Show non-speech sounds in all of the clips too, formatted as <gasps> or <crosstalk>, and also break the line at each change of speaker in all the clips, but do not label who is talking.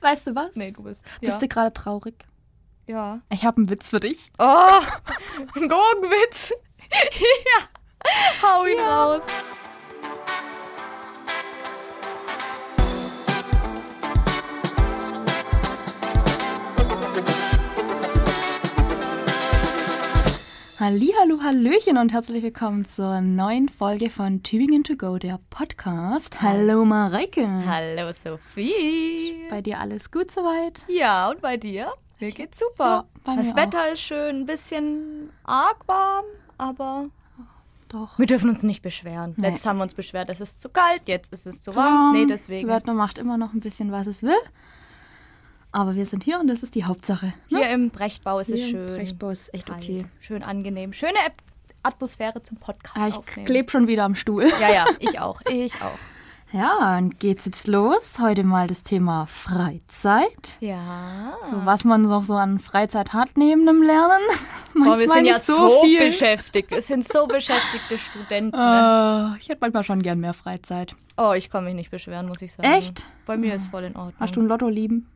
Weißt du was?
Nee, du bist.
Bist du gerade traurig?
ja.
Ich habe einen Witz für dich.
Oh, <laughs> ein Gurkenwitz. <laughs> ja. Hau ihn raus.
Hallihallo, Hallöchen und herzlich willkommen zur neuen Folge von Tübingen to go, der Podcast. Hallo Mareike.
Hallo, Sophie.
Bei dir alles gut soweit?
Ja, und bei dir? Mir geht's super.
Ja, bei
das
mir
Wetter ist schön, ein bisschen arg warm, aber
Doch.
wir dürfen uns nicht beschweren.
Nee.
Letztes haben wir uns beschwert, es ist zu kalt, jetzt ist es zu warm.
Warm.
Nee, deswegen.
Die Wörter macht immer noch ein bisschen, was es will. Aber wir sind hier und das ist die Hauptsache. ne?
Ne? Hier im Brechtbau ist es
Hier im
schön.
Brechtbau ist es echt
kalt,
okay.
Schön angenehm. Schöne Ap- Atmosphäre zum Podcast
Ah, ich
aufnehmen.
kleb schon wieder am Stuhl.
Ja, ja, ich auch. Ich auch.
Ja, und geht's jetzt los? Heute mal das Thema Freizeit.
<laughs> Ja.
So, was man noch so an Freizeit hat neben dem Lernen. <laughs>
Boah, wir
Manchmal
sind ja
nicht
so beschäftigt. Wir sind so beschäftigte Studenten. ne?
Äh, ich hätte manchmal schon gern mehr Freizeit.
Oh, ich kann mich nicht beschweren, muss ich sagen.
Echt? Ah.
Bei mir ist voll in Ordnung.
Hast du ein Lotto-Leben?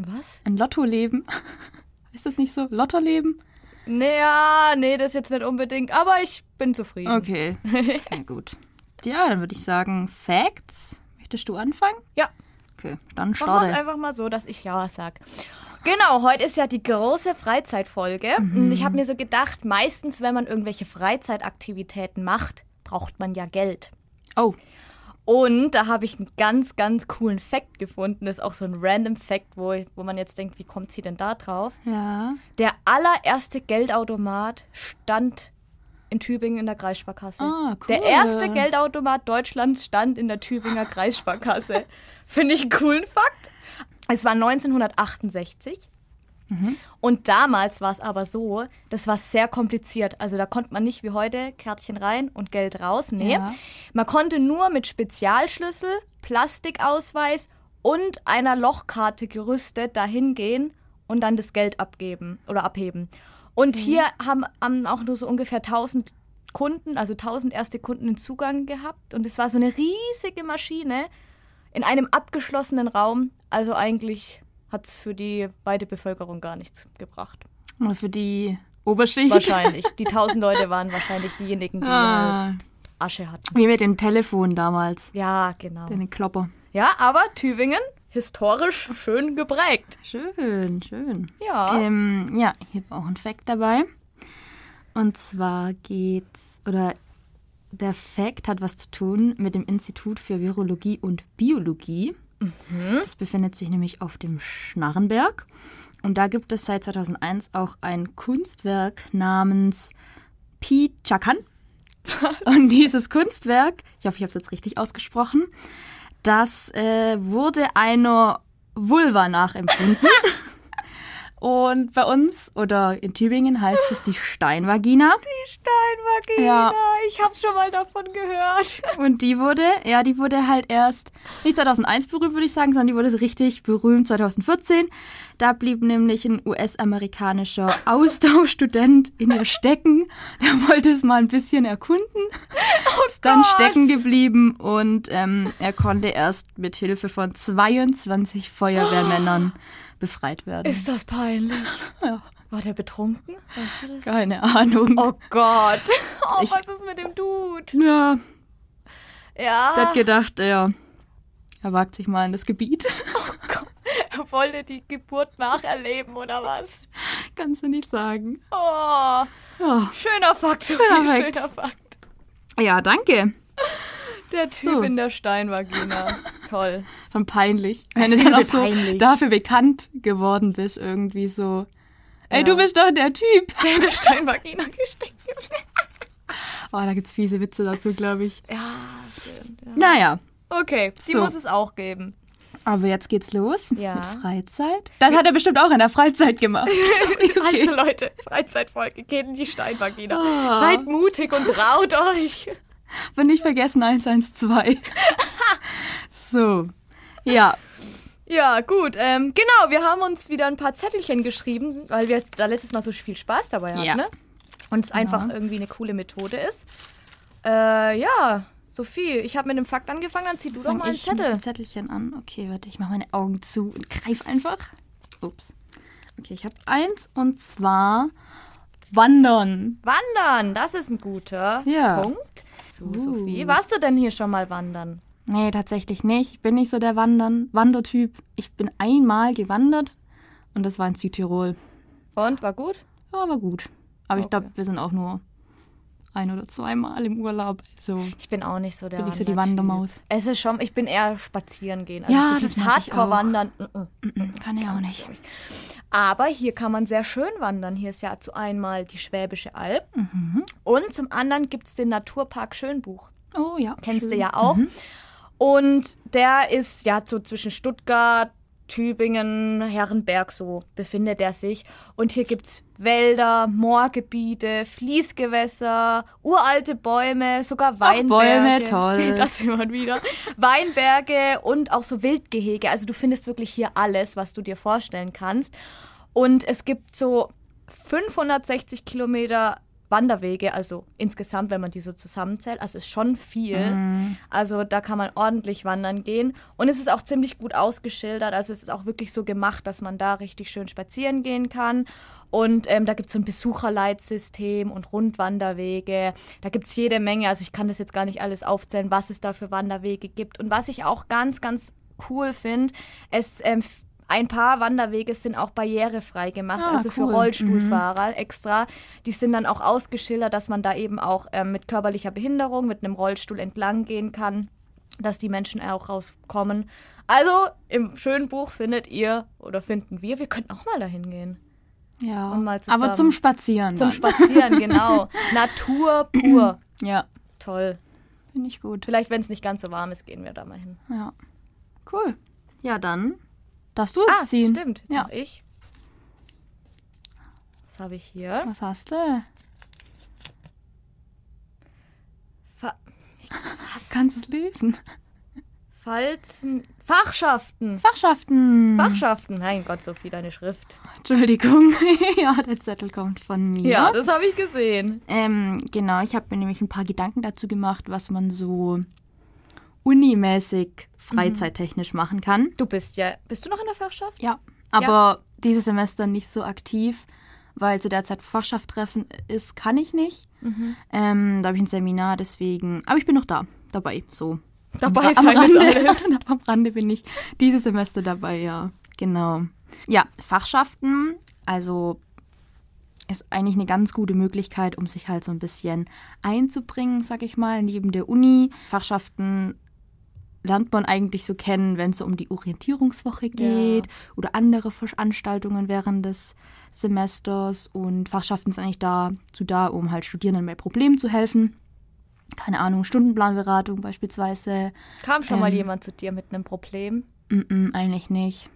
Was?
Ein Lotto-Leben? <laughs> Ist das nicht so? Lotto-Leben?
Naja, nee, das jetzt nicht unbedingt, aber ich bin zufrieden.
Okay. <laughs> Na gut. Ja, dann würde ich sagen, Facts. Möchtest du anfangen?
Ja,
Okay, dann
machen wir es
starte.
einfach mal so, dass ich Ja sag. Genau, heute ist ja die große Freizeitfolge. Und ich habe
Mhm.
mir so gedacht, meistens, wenn man irgendwelche Freizeitaktivitäten macht, braucht man ja Geld.
Oh,
Und da habe ich einen ganz, ganz coolen Fact gefunden. Das ist auch so ein random Fact, wo, wo man jetzt denkt, wie kommt sie denn da drauf?
ja.
Der allererste Geldautomat stand in Tübingen in der Kreissparkasse.
Ah, cool.
Der erste Geldautomat Deutschlands stand in der Tübinger Kreissparkasse. Finde ich einen coolen Fakt. Es war 1968. Und damals war es aber so, das war sehr kompliziert. Also da konnte man nicht wie heute Kärtchen rein und Geld raus. Nee.
Ja.
Man konnte nur mit Spezialschlüssel, Plastikausweis und einer Lochkarte gerüstet dahin gehen und dann das Geld abgeben oder abheben. Und hier haben, haben auch nur so ungefähr 1000 Kunden, also 1000 erste Kunden den Zugang gehabt. Und es war so eine riesige Maschine in einem abgeschlossenen Raum. Also eigentlich hat es für die weite Bevölkerung gar nichts <laughs> gebracht.
Mal für die Oberschicht.
Wahrscheinlich. Die 1000 Leute waren wahrscheinlich diejenigen, die
Ah,
halt Asche hatten.
wie mit dem Telefon damals.
Ja, genau.
Deine Klopper.
Ja, aber Tübingen historisch schön geprägt.
Schön, schön.
Ja.
Ähm, ja, ich habe auch einen Fact dabei. Und zwar geht's, oder der Fact hat was zu tun mit dem Institut für Virologie und Biologie. Das befindet sich nämlich auf dem Schnarrenberg. Und da gibt es seit 2001 auch ein Kunstwerk namens Pi Chakan. Und dieses Kunstwerk, ich hoffe, ich habe es jetzt richtig ausgesprochen, das äh, wurde einer Vulva nachempfunden. Und bei uns oder in Tübingen heißt es die Steinvagina.
Die Steinvagina,
Ja.
ich hab's schon mal davon gehört.
Und die wurde, ja, die wurde halt erst nicht 2001 berühmt, würde ich sagen, sondern die wurde so richtig berühmt 2014. Da blieb nämlich ein US-amerikanischer Austauschstudent in ihr stecken. Der wollte es mal ein bisschen erkunden. ist dann
Oh Gott.
stecken geblieben und ähm, er konnte erst mit Hilfe von 22 Feuerwehrmännern befreit werden.
Ist das <laughs> peinlich? War der betrunken? Weißt du das?
Keine Ahnung.
Oh Gott. <laughs> Oh,
Ich-
was ist mit dem Dude?
Ja, sie
Ja,
hat gedacht, er, er wagt sich mal in das Gebiet. <laughs>
er wollte die Geburt nacherleben, oder was?
Kannst du nicht sagen.
Oh,
Ja.
schöner Fakt, Sophie,
Schöner Fakt.
<laughs> schöner Fakt.
Ja, danke.
Der Typ
So.
in der <laughs> Steinvagina. Toll.
Schon peinlich. Wenn du
ist
dann auch
übel
so
peinlich.
dafür bekannt geworden bist, irgendwie so. Ey,
Ja.
du bist doch der Typ.
Der in der Steinvagina gesteckt geblieben.
Oh, da gibt's fiese Witze dazu, glaube ich.
Ja, stimmt, ja.
Naja.
Okay, die
So.
muss es auch geben.
Aber jetzt geht's los
Ja.
mit Freizeit. Das hat er bestimmt auch in der Freizeit
<laughs>
gemacht. <laughs>
Also Leute, Freizeitfolge, geht in die Steinvagina.
Ah.
Seid mutig und traut euch.
Aber nicht vergessen
<laughs>
112. so. Ja,
Ja, gut. Ähm, genau, wir haben uns wieder ein paar Zettelchen geschrieben, weil wir da letztes Mal so viel Spaß dabei hatten.
Ja. Genau.
Ne? Und es einfach irgendwie eine coole Methode ist. Äh, ja, Sophie, ich habe mit dem Fakt angefangen, dann zieh du doch
Fang
mal einen
ich mit
Zettel.
dem Zettelchen an. Okay, warte, ich mache meine Augen zu und greife einfach. Ups. Okay, ich habe eins und zwar Wandern.
Wandern, das ist ein guter
Ja.
Punkt. So,
Uh.
Sophie, warst du denn hier schon mal wandern?
Nee, tatsächlich nicht. Ich bin nicht so der Wandern Wandertyp. Ich bin einmal gewandert und das war in Südtirol.
Und war gut?
Ja, war gut. Aber ich
Okay.
glaube, wir sind auch nur ein oder zweimal im Urlaub. Also
Ich bin auch nicht so der
Bin ich so die
Wandertyp.
Wandermaus.
Es ist schon, ich bin eher spazieren gehen. Also
Ja,
so
das
dieses
mag ich auch.
Hardcore-Wandern. mm, mm.
kann ich auch nicht.
Aber hier kann man sehr schön wandern. Hier ist ja zu einmal die Schwäbische Alb
Mhm.
und zum anderen gibt es den Naturpark Schönbuch.
Oh ja.
Kennst du
schön. Mhm.
ja auch. Und der ist ja so zwischen Stuttgart, Tübingen, Herrenberg so befindet er sich. Und hier gibt es Wälder, Moorgebiete, Fließgewässer, uralte Bäume, sogar
Ach, Bäume,
Weinberge.
toll.
<laughs> Das immer wieder. Weinberge und auch so Wildgehege. Also du findest wirklich hier alles, was du dir vorstellen kannst. Und es gibt so 560 Kilometer Wanderwege, also insgesamt, wenn man die so zusammenzählt. Also ist schon viel.
Mhm.
Also da kann man ordentlich wandern gehen. Und es ist auch ziemlich gut ausgeschildert. Also es ist auch wirklich so gemacht, dass man da richtig schön spazieren gehen kann. Und ähm, da gibt es so ein Besucherleitsystem und Rundwanderwege. Da gibt es jede Menge. Also ich kann das jetzt gar nicht alles aufzählen, was es da für Wanderwege gibt. Und was ich auch ganz, ganz cool finde, es ähm, f- ein paar Wanderwege sind auch barrierefrei gemacht,
Ah,
also
cool.
für Rollstuhlfahrer extra. Die sind dann auch ausgeschildert, dass man da eben auch ähm, mit körperlicher Behinderung, mit einem Rollstuhl entlang gehen kann, dass die Menschen auch rauskommen. Also im schönen Buch findet ihr oder finden wir, wir könnten auch mal dahin gehen.
Ja.
Und Um mal zusammen.
Aber zum Spazieren.
Zum
dann. <laughs>
Spazieren, genau. Natur pur.
Ja.
Toll.
Finde ich gut.
Vielleicht, wenn es nicht ganz so warm ist, gehen wir da mal hin.
Ja. Cool. Ja, dann Ah, darfst du jetzt ziehen.
Ah, stimmt. Jetzt
Ja.
auch ich. Was habe ich hier?
Was hast du?
Fa
Kannst es lesen?
Falzen.
<laughs>
Fachschaften.
Fachschaften.
Fachschaften. Mein Gott, Sophie, deine Schrift.
Entschuldigung. <laughs> ja, der Zettel kommt von mir.
Ja, das habe ich gesehen.
Ähm, genau, ich habe mir nämlich ein paar Gedanken dazu gemacht, was man so unimäßig freizeittechnisch machen kann.
Du bist ja. Bist du noch in der Fachschaft?
Mhm. Ja. Aber dieses Semester nicht so aktiv, weil zu der Zeit Fachschafttreffen ist, kann ich nicht. Ähm, da habe ich ein Seminar, deswegen. Aber ich bin noch da, dabei, so.
Dabei
am,
sein ist
Rande, <laughs>
alles.
am Rande bin ich dieses Semester dabei, ja. Genau. Ja, Fachschaften, also ist eigentlich eine ganz gute Möglichkeit, um sich halt so ein bisschen einzubringen, sag ich mal, neben der Uni. Fachschaften lernt man eigentlich so kennen, wenn es so um die Orientierungswoche geht oder andere Veranstaltungen während des Semesters. Und Fachschaften sind eigentlich dazu da, um halt Studierenden bei Problemen zu helfen. Keine Ahnung, Stundenplanberatung beispielsweise.
Kam schon mal
Ähm.
jemand zu dir mit einem Problem?
Mm-mm, eigentlich nicht.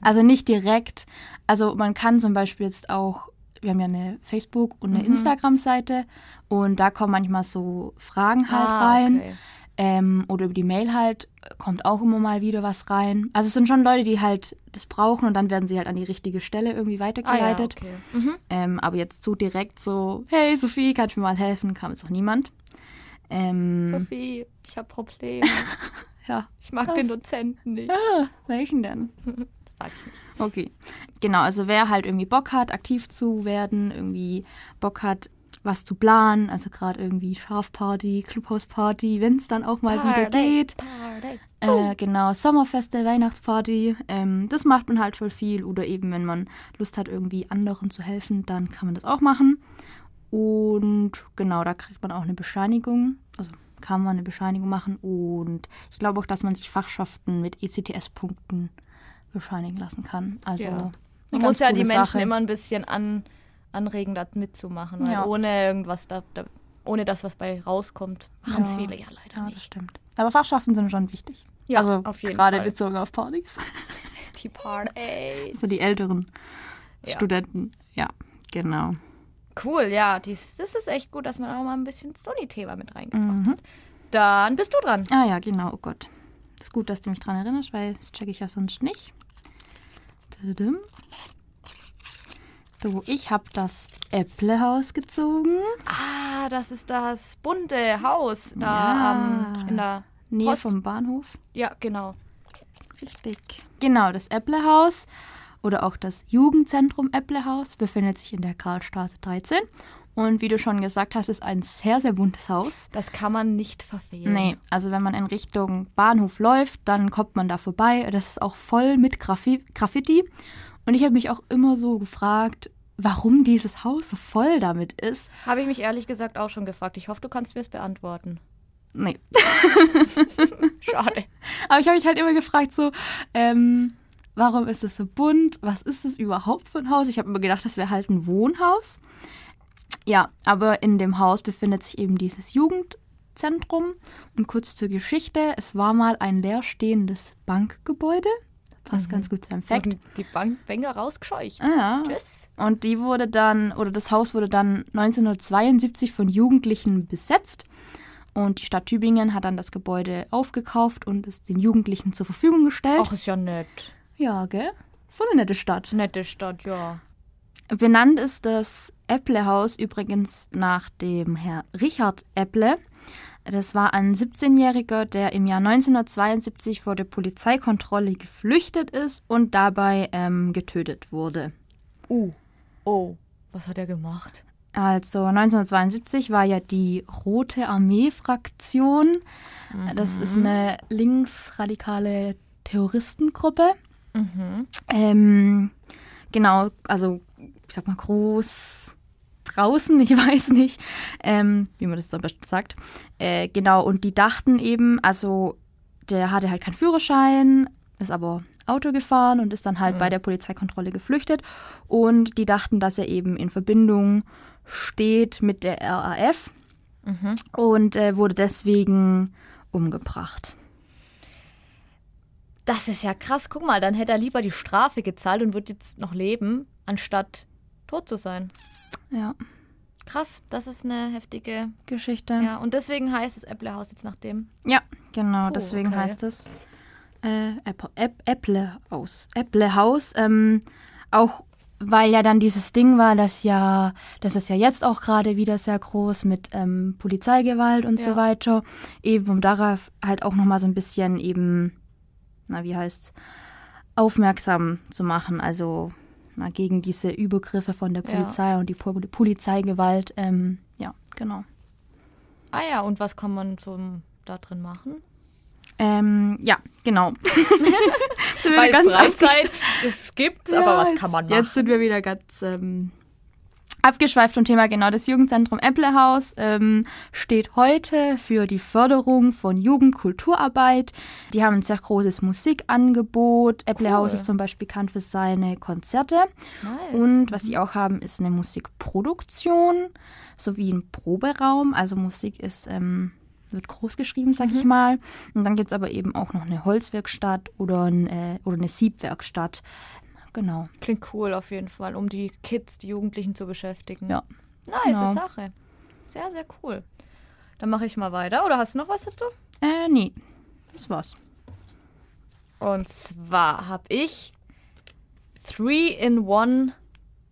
Also nicht direkt. Also man kann zum Beispiel jetzt auch, wir haben ja eine Facebook- und
Mhm.
eine Instagram-Seite und da kommen manchmal so Fragen halt
Ah,
rein.
okay.
Ähm, oder über die Mail halt äh, kommt auch immer mal wieder was rein. Also es sind schon Leute, die halt das brauchen und dann werden sie halt an die richtige Stelle irgendwie
Ah, ja,
weitergeleitet.
okay. Mhm.
ähm, aber jetzt so direkt so, hey Sophie, kannst du mir mal helfen? Kam jetzt auch niemand. Ähm,
Sophie, ich
<laughs>
habe Probleme.
ja.
Ich mag
Was? Ah.
den Dozenten nicht.
Welchen denn?
Das sag ich nicht.
Okay. Genau, also wer halt irgendwie Bock hat, aktiv zu werden, irgendwie Bock hat, was zu planen, also gerade irgendwie Schafparty, Clubhausparty, wenn es dann auch mal wieder
Party,
geht.
Party. Oh.
Äh, genau, Sommerfeste, Weihnachtsparty, ähm, das macht man halt voll viel. Oder eben, wenn man Lust hat, irgendwie anderen zu helfen, dann kann man das auch machen. Und genau, da kriegt man auch eine Bescheinigung. Also kann man eine Bescheinigung machen. Und ich glaube auch, dass man sich Fachschaften mit E ECTS-Punkten bescheinigen lassen kann. Also
Ja.
eine
Man
ganz
muss ja die
coole
Menschen
Sache.
immer ein bisschen an, anregen, das mitzumachen, weil
Ja.
ohne irgendwas da, da ohne das, was bei rauskommt, machen es
Ja.
viele ja leider
Ja, das
nicht.
stimmt. Aber Fachschaften sind schon wichtig.
Ja,
also
auf jeden
gerade
Fall.
bezogen auf Partys. <laughs>
Die Partys.
Also die älteren
Ja.
Studenten. Ja, genau.
Cool, ja, dies, das ist echt gut, dass man auch mal ein bisschen so die Thema mit reingebracht
Mhm.
hat. Dann bist du dran.
Ah ja, genau, oh Gott. Ist gut, dass du mich dran erinnerst, weil das checke ich ja sonst nicht. Dadadum. So, ich habe das Äpplehaus gezogen.
Ah, das ist das bunte Haus da
Ja.
ähm, in der
Nähe
Post.
vom Bahnhof.
Ja, genau.
Richtig. Genau, das Äpplehaus oder auch das Jugendzentrum Äpplehaus befindet sich in der Karlstraße 13. Und wie du schon gesagt hast, ist ein sehr, sehr buntes Haus.
Das kann man nicht verfehlen.
Nee, also wenn man in Richtung Bahnhof läuft, dann kommt man da vorbei. Das ist auch voll mit Graffi Graffiti. Und ich habe mich auch immer so gefragt, warum dieses Haus so voll damit ist.
Habe ich mich ehrlich gesagt auch schon gefragt. Ich hoffe, du kannst mir es beantworten.
Nee.
<laughs> Schade.
Aber ich habe mich halt immer gefragt, so, ähm, warum ist es so bunt? Was ist es überhaupt für ein Haus? Ich habe immer gedacht, das wäre halt ein Wohnhaus. Ja, aber in dem Haus befindet sich eben dieses Jugendzentrum. Und kurz zur Geschichte: Es war mal ein leerstehendes Bankgebäude. Passt ganz gut zu einem Fact.
Wurden die Bankbänger rausgescheucht.
Ah, ja.
Tschüss.
Und die wurde dann, oder das Haus wurde dann 1972 von Jugendlichen besetzt. Und die Stadt Tübingen hat dann das Gebäude aufgekauft und es den Jugendlichen zur Verfügung gestellt.
Ach, ist ja nett.
Ja, gell? So eine nette Stadt.
Nette Stadt, ja.
Benannt ist das Epple-Haus übrigens nach dem Herr Richard Epple. Das war ein 17-Jähriger, der im Jahr 1972 vor der Polizeikontrolle geflüchtet ist und dabei ähm, getötet wurde.
Uh. Oh. Was hat er gemacht?
Also 1972 war ja die Rote Armee-Fraktion. Das ist eine linksradikale Terroristengruppe. Ähm, genau, also ich sag mal groß draußen, ich <laughs> weiß nicht, ähm, wie man das jetzt am besten sagt. Äh, genau, und die dachten eben, also der hatte halt keinen Führerschein, ist aber Auto gefahren und ist dann halt bei der Polizeikontrolle geflüchtet. Und die dachten, dass er eben in Verbindung steht mit der RAF und äh, wurde deswegen umgebracht.
Das ist ja krass. Guck mal, dann hätte er lieber die Strafe gezahlt und wird jetzt noch leben, anstatt tot zu sein.
Ja,
Krass, das ist eine heftige.
Geschichte.
Ja, und deswegen heißt das Apple-Haus jetzt nach dem.
Ja, genau,
Puh,
deswegen
okay.
heißt es äh, Apple, App, Apple House. Apple House, ähm, auch weil ja dann dieses Ding war, dass ja, das ist ja jetzt auch gerade wieder sehr groß mit ähm, Polizeigewalt und so
Ja.
weiter, eben um darauf halt auch nochmal so ein bisschen eben, na wie heißt's, aufmerksam zu machen, also na, gegen diese Übergriffe von der
Ja.
Polizei und die Pol Polizeigewalt, ähm, ja, genau.
Ah ja, und was kann man so da
<laughs>
drin machen?
Ähm, ja,
<laughs>
genau. sind
Weil
abgesch-
Freizeit, es gibt's, aber
Ja,
was kann man
jetzt-
machen?
Jetzt sind wir wieder ganz ähm, abgeschweift vom Thema. Genau, das Jugendzentrum Äpplehaus ähm, steht heute für die Förderung von Jugendkulturarbeit. Die haben ein sehr großes Musikangebot. Äpplehaus
Cool.
ist zum Beispiel bekannt für seine Konzerte.
Nice.
Und was sie auch haben, ist eine Musikproduktion sowie ein Proberaum. Also Musik ist, ähm, wird groß geschrieben, sag ich mal. Und dann gibt es aber eben auch noch eine Holzwerkstatt oder, ein, äh, oder eine Siebwerkstatt. Genau.
Klingt cool auf jeden Fall, um die Kids, die Jugendlichen zu beschäftigen.
Ja.
Nice
Genau.
Sache. Sehr, sehr cool. Dann mache ich mal weiter. Oder hast du noch was dazu?
Äh, nee. Das war's.
Und zwar habe ich 3-in-1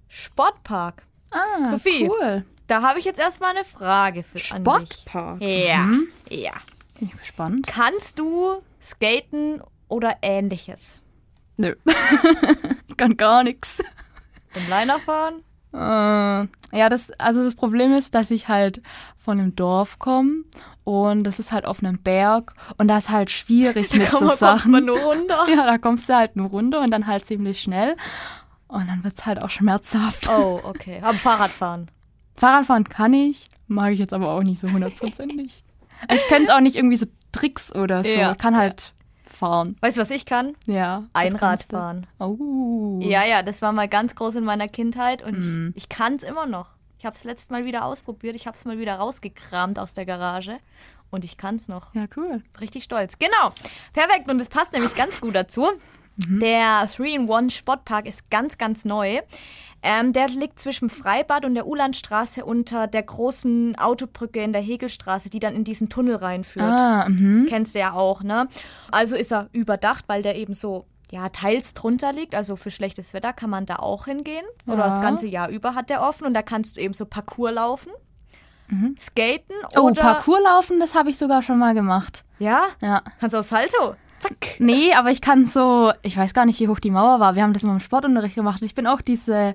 Sportpark.
Ah,
Sophie.
cool.
Da habe ich jetzt erstmal eine Frage für an dich.
Sportpark.
Ja,
Mhm.
ja.
Bin ich gespannt.
Kannst du skaten oder ähnliches?
Nö. <laughs> ich kann gar nichts.
Im Liner fahren?
Äh, ja, das, also das Problem ist, dass ich halt von einem Dorf komme und das ist halt auf einem Berg und das ist halt schwierig <laughs> mit so
Komm, kommt
Sachen.
man nur runter.
<laughs> Ja, da kommst du halt nur runter und dann halt ziemlich schnell und dann wird's halt auch schmerzhaft.
Oh, okay. Am Fahrradfahren.
Fahrradfahren kann ich, mag ich jetzt aber auch nicht so
<laughs>
hundertprozentig. ich könnte es auch nicht irgendwie so Tricks oder so.
Ja.
Ich kann halt fahren.
Weißt du, was ich kann?
Ja. was kannst du?
Einradfahren.
Oh.
Ja, ja, das war mal ganz groß in meiner Kindheit und
Mhm.
ich, ich kann es immer noch. Ich habe es letztes Mal wieder ausprobiert, ich habe es mal wieder rausgekramt aus der Garage und ich kann es noch.
Ja, cool.
Richtig stolz. Genau, perfekt und es passt nämlich ganz gut dazu. Der 3-in-1 Sportpark ist ganz, ganz neu. Ähm, der liegt zwischen dem Freibad und der Ulandstraße unter der großen Autobrücke in der Hegelstraße, die dann in diesen Tunnel reinführt
Ah, mhm.
kennst du ja auch, ne? Also ist er überdacht, weil der eben so ja, teils drunter liegt, also für schlechtes Wetter kann man da auch hingehen.
Ja.
Oder das ganze Jahr über hat der offen und da kannst du eben so Parkour laufen, skaten
Mhm. Oh,
oder
Parkour laufen, das habe ich sogar schon mal gemacht.
ja,
Ja.
kannst du auch Salto. Zack.
Nee, aber ich kann so, ich weiß gar nicht, wie hoch die Mauer war. Wir haben das mal im Sportunterricht gemacht. und Ich bin auch diese,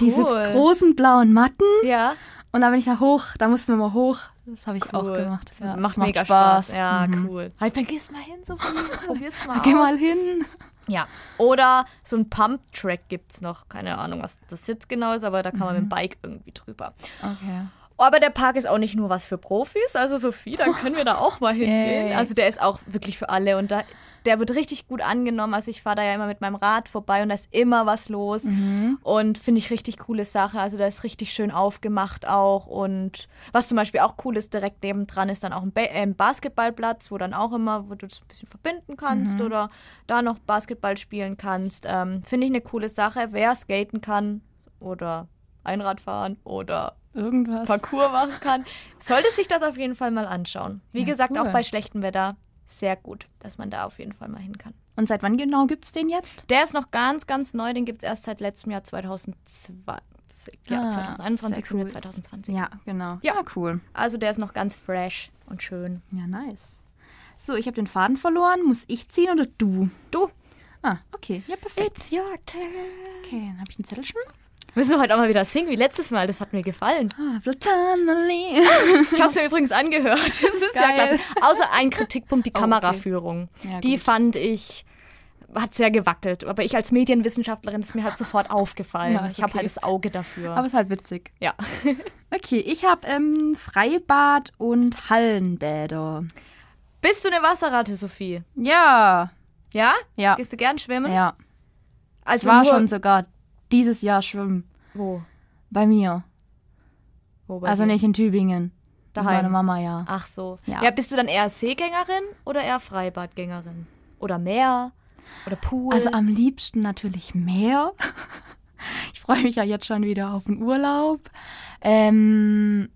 diese
Cool.
großen blauen Matten
Ja,
und da bin ich da hoch, da mussten wir mal hoch. Das habe ich auch
cool.
gemacht.
Das
Ja, das Mhm.
macht mega Spaß. Ja, cool. Halt, dann gehst mal hin, Sophie. <laughs> Probier's mal.
Geh
aus.
mal hin.
Ja. Oder so ein Pump-Track gibt's noch. Keine Ahnung, was das jetzt genau ist, aber da kann man mit dem Bike irgendwie drüber.
Okay.
Aber der Park ist auch nicht nur was für Profis. Also Sophie, dann können wir da auch mal hingehen.
Yay.
Also der ist auch wirklich für alle und da, der wird richtig gut angenommen. Also ich fahre da ja immer mit meinem Rad vorbei und da ist immer was los
Mhm.
und finde ich richtig coole Sache. Also da ist richtig schön aufgemacht auch und was zum Beispiel auch cool ist, direkt nebendran ist dann auch ein, ba äh, ein Basketballplatz, wo dann auch immer, wo du das ein bisschen verbinden kannst
Mhm.
oder da noch Basketball spielen kannst. Ähm, finde ich eine coole Sache. Wer skaten kann oder Einrad fahren oder
Irgendwas.
Parcours machen kann, sollte sich das auf jeden Fall mal anschauen. Wie
Ja,
gesagt,
cool.
auch bei schlechtem Wetter sehr gut, dass man da auf jeden Fall mal hin kann.
Und seit wann genau gibt's den jetzt?
Der ist noch ganz, ganz neu, den gibt es erst seit letztem Jahr 2020. Ja,
Ah,
2021
sehr cool.
oder 2020.
Ja, genau.
Ja.
ja cool.
Also der ist noch ganz fresh und schön.
Ja, nice. So, ich habe den Faden verloren. Muss ich ziehen oder du?
Du,
Ah, okay. Ja, perfekt.
it's your turn.
Okay, dann habe ich einen Zettel schon.
Wir müssen heute auch mal wieder singen wie letztes Mal, das hat mir gefallen.
Ah, Platonally.
Ich habe es mir übrigens angehört. <laughs> Oh, Das ist, ja
geil.
klasse. Außer ein Kritikpunkt, die
okay.
Kameraführung.
Ja,
die
gut.
fand ich, hat sehr gewackelt. Aber ich als Medienwissenschaftlerin ist mir halt sofort aufgefallen.
Ja, ist
ich habe
okay.
halt das Auge dafür.
Aber ist halt witzig.
ja.
Okay, ich habe ähm, Freibad und Hallenbäder.
Bist du eine Wasserratte, Sophie?
Ja. ne?
Ja?
Ja.
Gehst du gern schwimmen?
Ja. Ich
Also
war
nur,
schon sogar dieses Jahr schwimmen.
Wo?
Bei mir.
wo bei
Also
dir?
nicht in Tübingen.
Daheim.
Bei meiner Mama, ja.
Ach so.
Ja.
Ja. bist du dann eher Seegängerin oder eher Freibadgängerin? Oder Meer? Oder Pool?
Also am liebsten natürlich Meer. <laughs> Ich freue mich ja jetzt schon wieder auf den Urlaub. Ähm,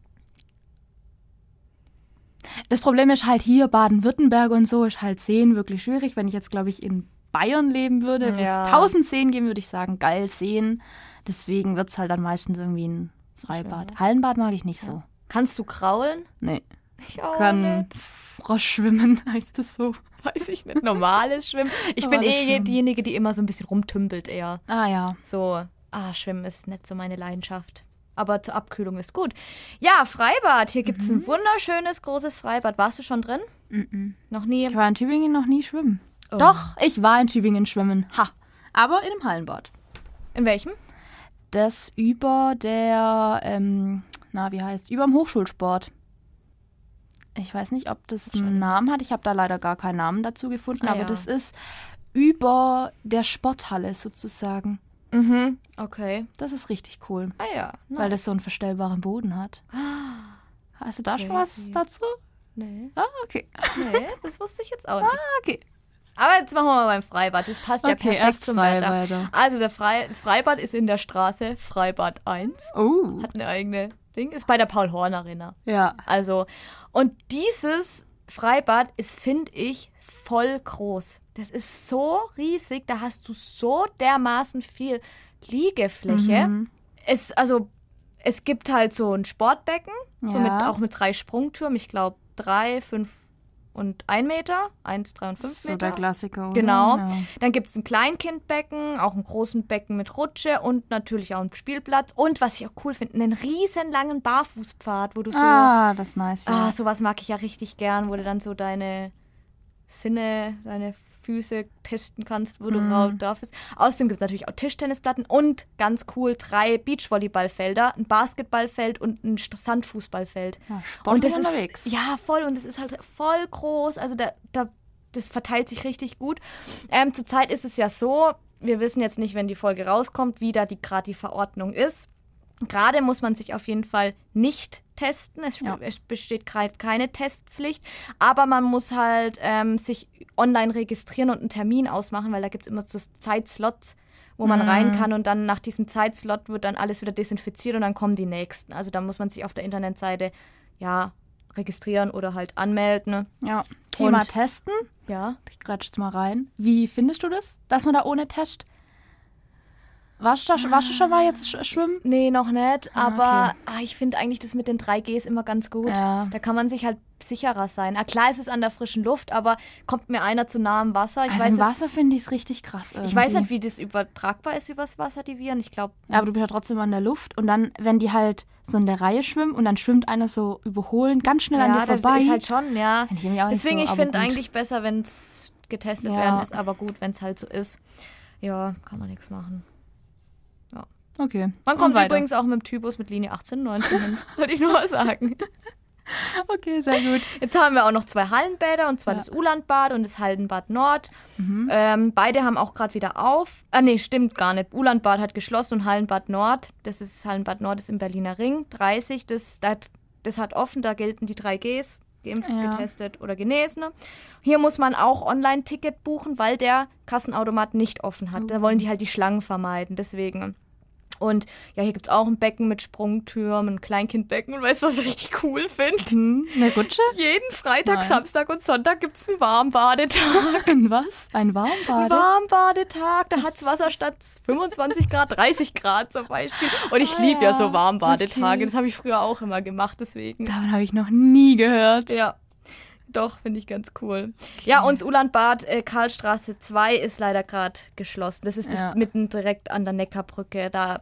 das Problem ist halt hier, Baden-Württemberg und so, ist halt Seen wirklich schwierig. Wenn ich jetzt, glaube ich, in Bayern leben würde, wo
Ja.
es tausend Seen geben, würde ich sagen, geil Seen. Deswegen wird es halt dann meistens irgendwie ein Freibad. Hallenbad mag ich nicht so.
Kannst du kraulen?
Nee.
Ich auch
Kann Frosch schwimmen, <laughs> heißt es so.
weiß ich nicht, normales Schwimmen. Ich bin
Normales
eh
Schwimmen.
diejenige, die immer so ein bisschen rumtümpelt eher.
Ah ja.
So, ah, Schwimmen ist nicht so meine Leidenschaft. Aber zur Abkühlung ist gut. Ja, Freibad. Hier gibt es
Mhm.
ein wunderschönes, großes Freibad. Warst du schon drin? Noch nie?
Ich war in Tübingen noch nie schwimmen.
Oh.
Doch, ich war in Tübingen schwimmen. Ha. Aber in einem Hallenbad.
In welchem?
Das über der, ähm, na, wie heißt, über dem Hochschulsport. Ich weiß nicht, ob das einen Namen hat. Ich habe da leider gar keinen Namen dazu gefunden,
Ah,
aber
ja.
das ist über der Sporthalle sozusagen.
Mhm. Okay.
Das ist richtig cool,
Ah ja. Na,
weil das so einen verstellbaren Boden hat. Hast du da schon was
Crazy.
dazu?
nee.
Ah, okay. Ah,
nee, das wusste ich
<laughs>
jetzt auch nicht.
Okay.
Aber jetzt machen wir mal beim Freibad. Das passt ja
Okay,
perfekt
erst
zum
Freibäder.
Wetter. Also der Frei das Freibad ist in der Straße Freibad 1.
Oh.
Hat eine eigene Ding. Ist bei der Paul-Horn-Arena.
Ja.
Also, und dieses Freibad ist, finde ich, voll groß. Das ist so riesig, da hast du so dermaßen viel Liegefläche.
Mhm.
Es, also, es gibt halt so ein Sportbecken, so mit,
Ja.
auch mit drei Sprungtürmen, ich glaube drei, fünf und ein Meter, eins, drei und fünf
So
Meter.
der Klassiker. Oder?
Genau.
Ja.
Dann gibt es ein Kleinkindbecken, auch ein großen Becken mit Rutsche und natürlich auch einen Spielplatz. Und was ich auch cool finde, einen riesen langen Barfußpfad, wo du so
Ah, das ist nice. Ja.
Ah, sowas mag ich ja richtig gern, wo du dann so deine Sinne, deine Füße testen kannst, wo du rauf darfst. Außerdem gibt es natürlich auch Tischtennisplatten und ganz cool drei Beachvolleyballfelder, ein Basketballfeld und ein St- Sandfußballfeld.
Ja, Sport
und das
ist unterwegs.
Ist, ja, voll. Und das ist halt voll groß. Also da, da, das verteilt sich richtig gut. Ähm, Zurzeit ist es ja so, wir wissen jetzt nicht, wenn die Folge rauskommt, wie da die, gerade die Verordnung ist. Gerade muss man sich auf jeden Fall nicht testen. Es,
Ja.
es besteht gerade keine Testpflicht, aber man muss halt ähm, sich online registrieren und einen Termin ausmachen, weil da gibt es immer so Zeitslots, wo man rein kann und dann nach diesem Zeitslot wird dann alles wieder desinfiziert und dann kommen die nächsten. Also da muss man sich auf der Internetseite ja registrieren oder halt anmelden.
Ja. Thema
Und-
Testen.
Ja.
Ich gratsch jetzt mal rein. Wie findest du das, dass man da ohne Test? Warst du, da, warst du schon mal jetzt sch schwimmen?
Nee, noch nicht,
Ah,
aber ah, ich finde eigentlich das mit den 3Gs immer ganz gut.
Ja.
Da kann man sich halt sicherer sein. Ah, klar, es ist an der frischen Luft, aber kommt mir einer zu nah am Wasser? Ich
also
weiß
im
jetzt-
Wasser finde ich es richtig krass. Irgendwie.
Ich weiß nicht, wie das übertragbar ist übers Wasser, die Viren. Ich glaube,
Ja, aber du bist ja trotzdem an der Luft und dann, wenn die halt so in der Reihe schwimmen und dann schwimmt einer so überholen, ganz schnell an dir vorbei.
ist halt schon, ja.
Find ich irgendwie auch nicht
Deswegen,
so,
ich
aber
finde
gut.
eigentlich besser, wenn es getestet
Ja.
werden ist, aber gut, wenn es halt so ist. Ja, kann man nichts machen.
okay.
Man
Und
kommt
weiter.
übrigens auch mit dem Typus mit Linie 18, 19 hin, <laughs> wollte ich nur mal sagen.
Okay, sehr gut.
Jetzt haben wir auch noch zwei Hallenbäder und zwar
Ja. Mhm.
das Ulandbad und das Hallenbad Nord. Ähm, beide haben auch gerade wieder auf. Ah nee, stimmt gar nicht. Ulandbad hat geschlossen und Hallenbad Nord, das ist Hallenbad Nord ist im Berliner Ring. 30, das, das, das hat offen, da gelten die 3Gs. Geimpft,
Ja.
getestet oder Genesene. Hier muss man auch Online-Ticket buchen, weil der Kassenautomat nicht offen hat.
Oh.
Da wollen die halt die Schlangen vermeiden, deswegen. Und ja, hier gibt es auch ein Becken mit Sprungtürmen, ein Kleinkindbecken <laughs> und weißt du, was ich richtig cool finde?
Hm, eine Rutsche?
Jeden Freitag,
Nein.
Samstag und Sonntag gibt es einen Warmbadetag.
Ein was? Ein Warmbade?
Warmbadetag, da hat das Wasser statt 25 Grad 30 Grad zum Beispiel. Und ich
Ah
liebe ja.
ja,
so Warmbadetage,
okay.
das habe ich früher auch immer gemacht, deswegen.
Davon habe ich noch nie gehört.
Ja, doch, finde ich ganz cool. Ja, und das Ulandbad äh, Karlstraße 2 ist leider gerade geschlossen. Das ist das
Ja.
mitten direkt an der Neckarbrücke, da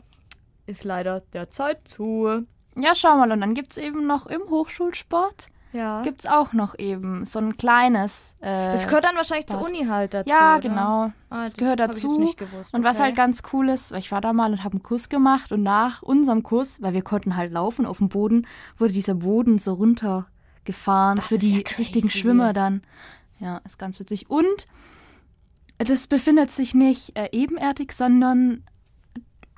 ist leider derzeit zu.
Ja, schau mal. Und dann gibt es eben noch im Hochschulsport,
Ja.
gibt es auch noch eben so ein kleines. Äh,
Ah. Das gehört dann wahrscheinlich zur
Bad.
Uni halt dazu.
ja,
oder?
genau.
Ah,
das, gehört
hab ich jetzt
dazu.
nicht gewusst.
Und was
Okay.
halt ganz cool ist, weil ich war da mal und habe einen Kurs gemacht und nach unserem Kurs, weil wir konnten halt laufen auf dem Boden, wurde dieser Boden so runtergefahren
Das
für
ist
die
ja crazy.
richtigen Schwimmer dann. Ja, ist ganz witzig. Und das befindet sich nicht äh, ebenerdig, sondern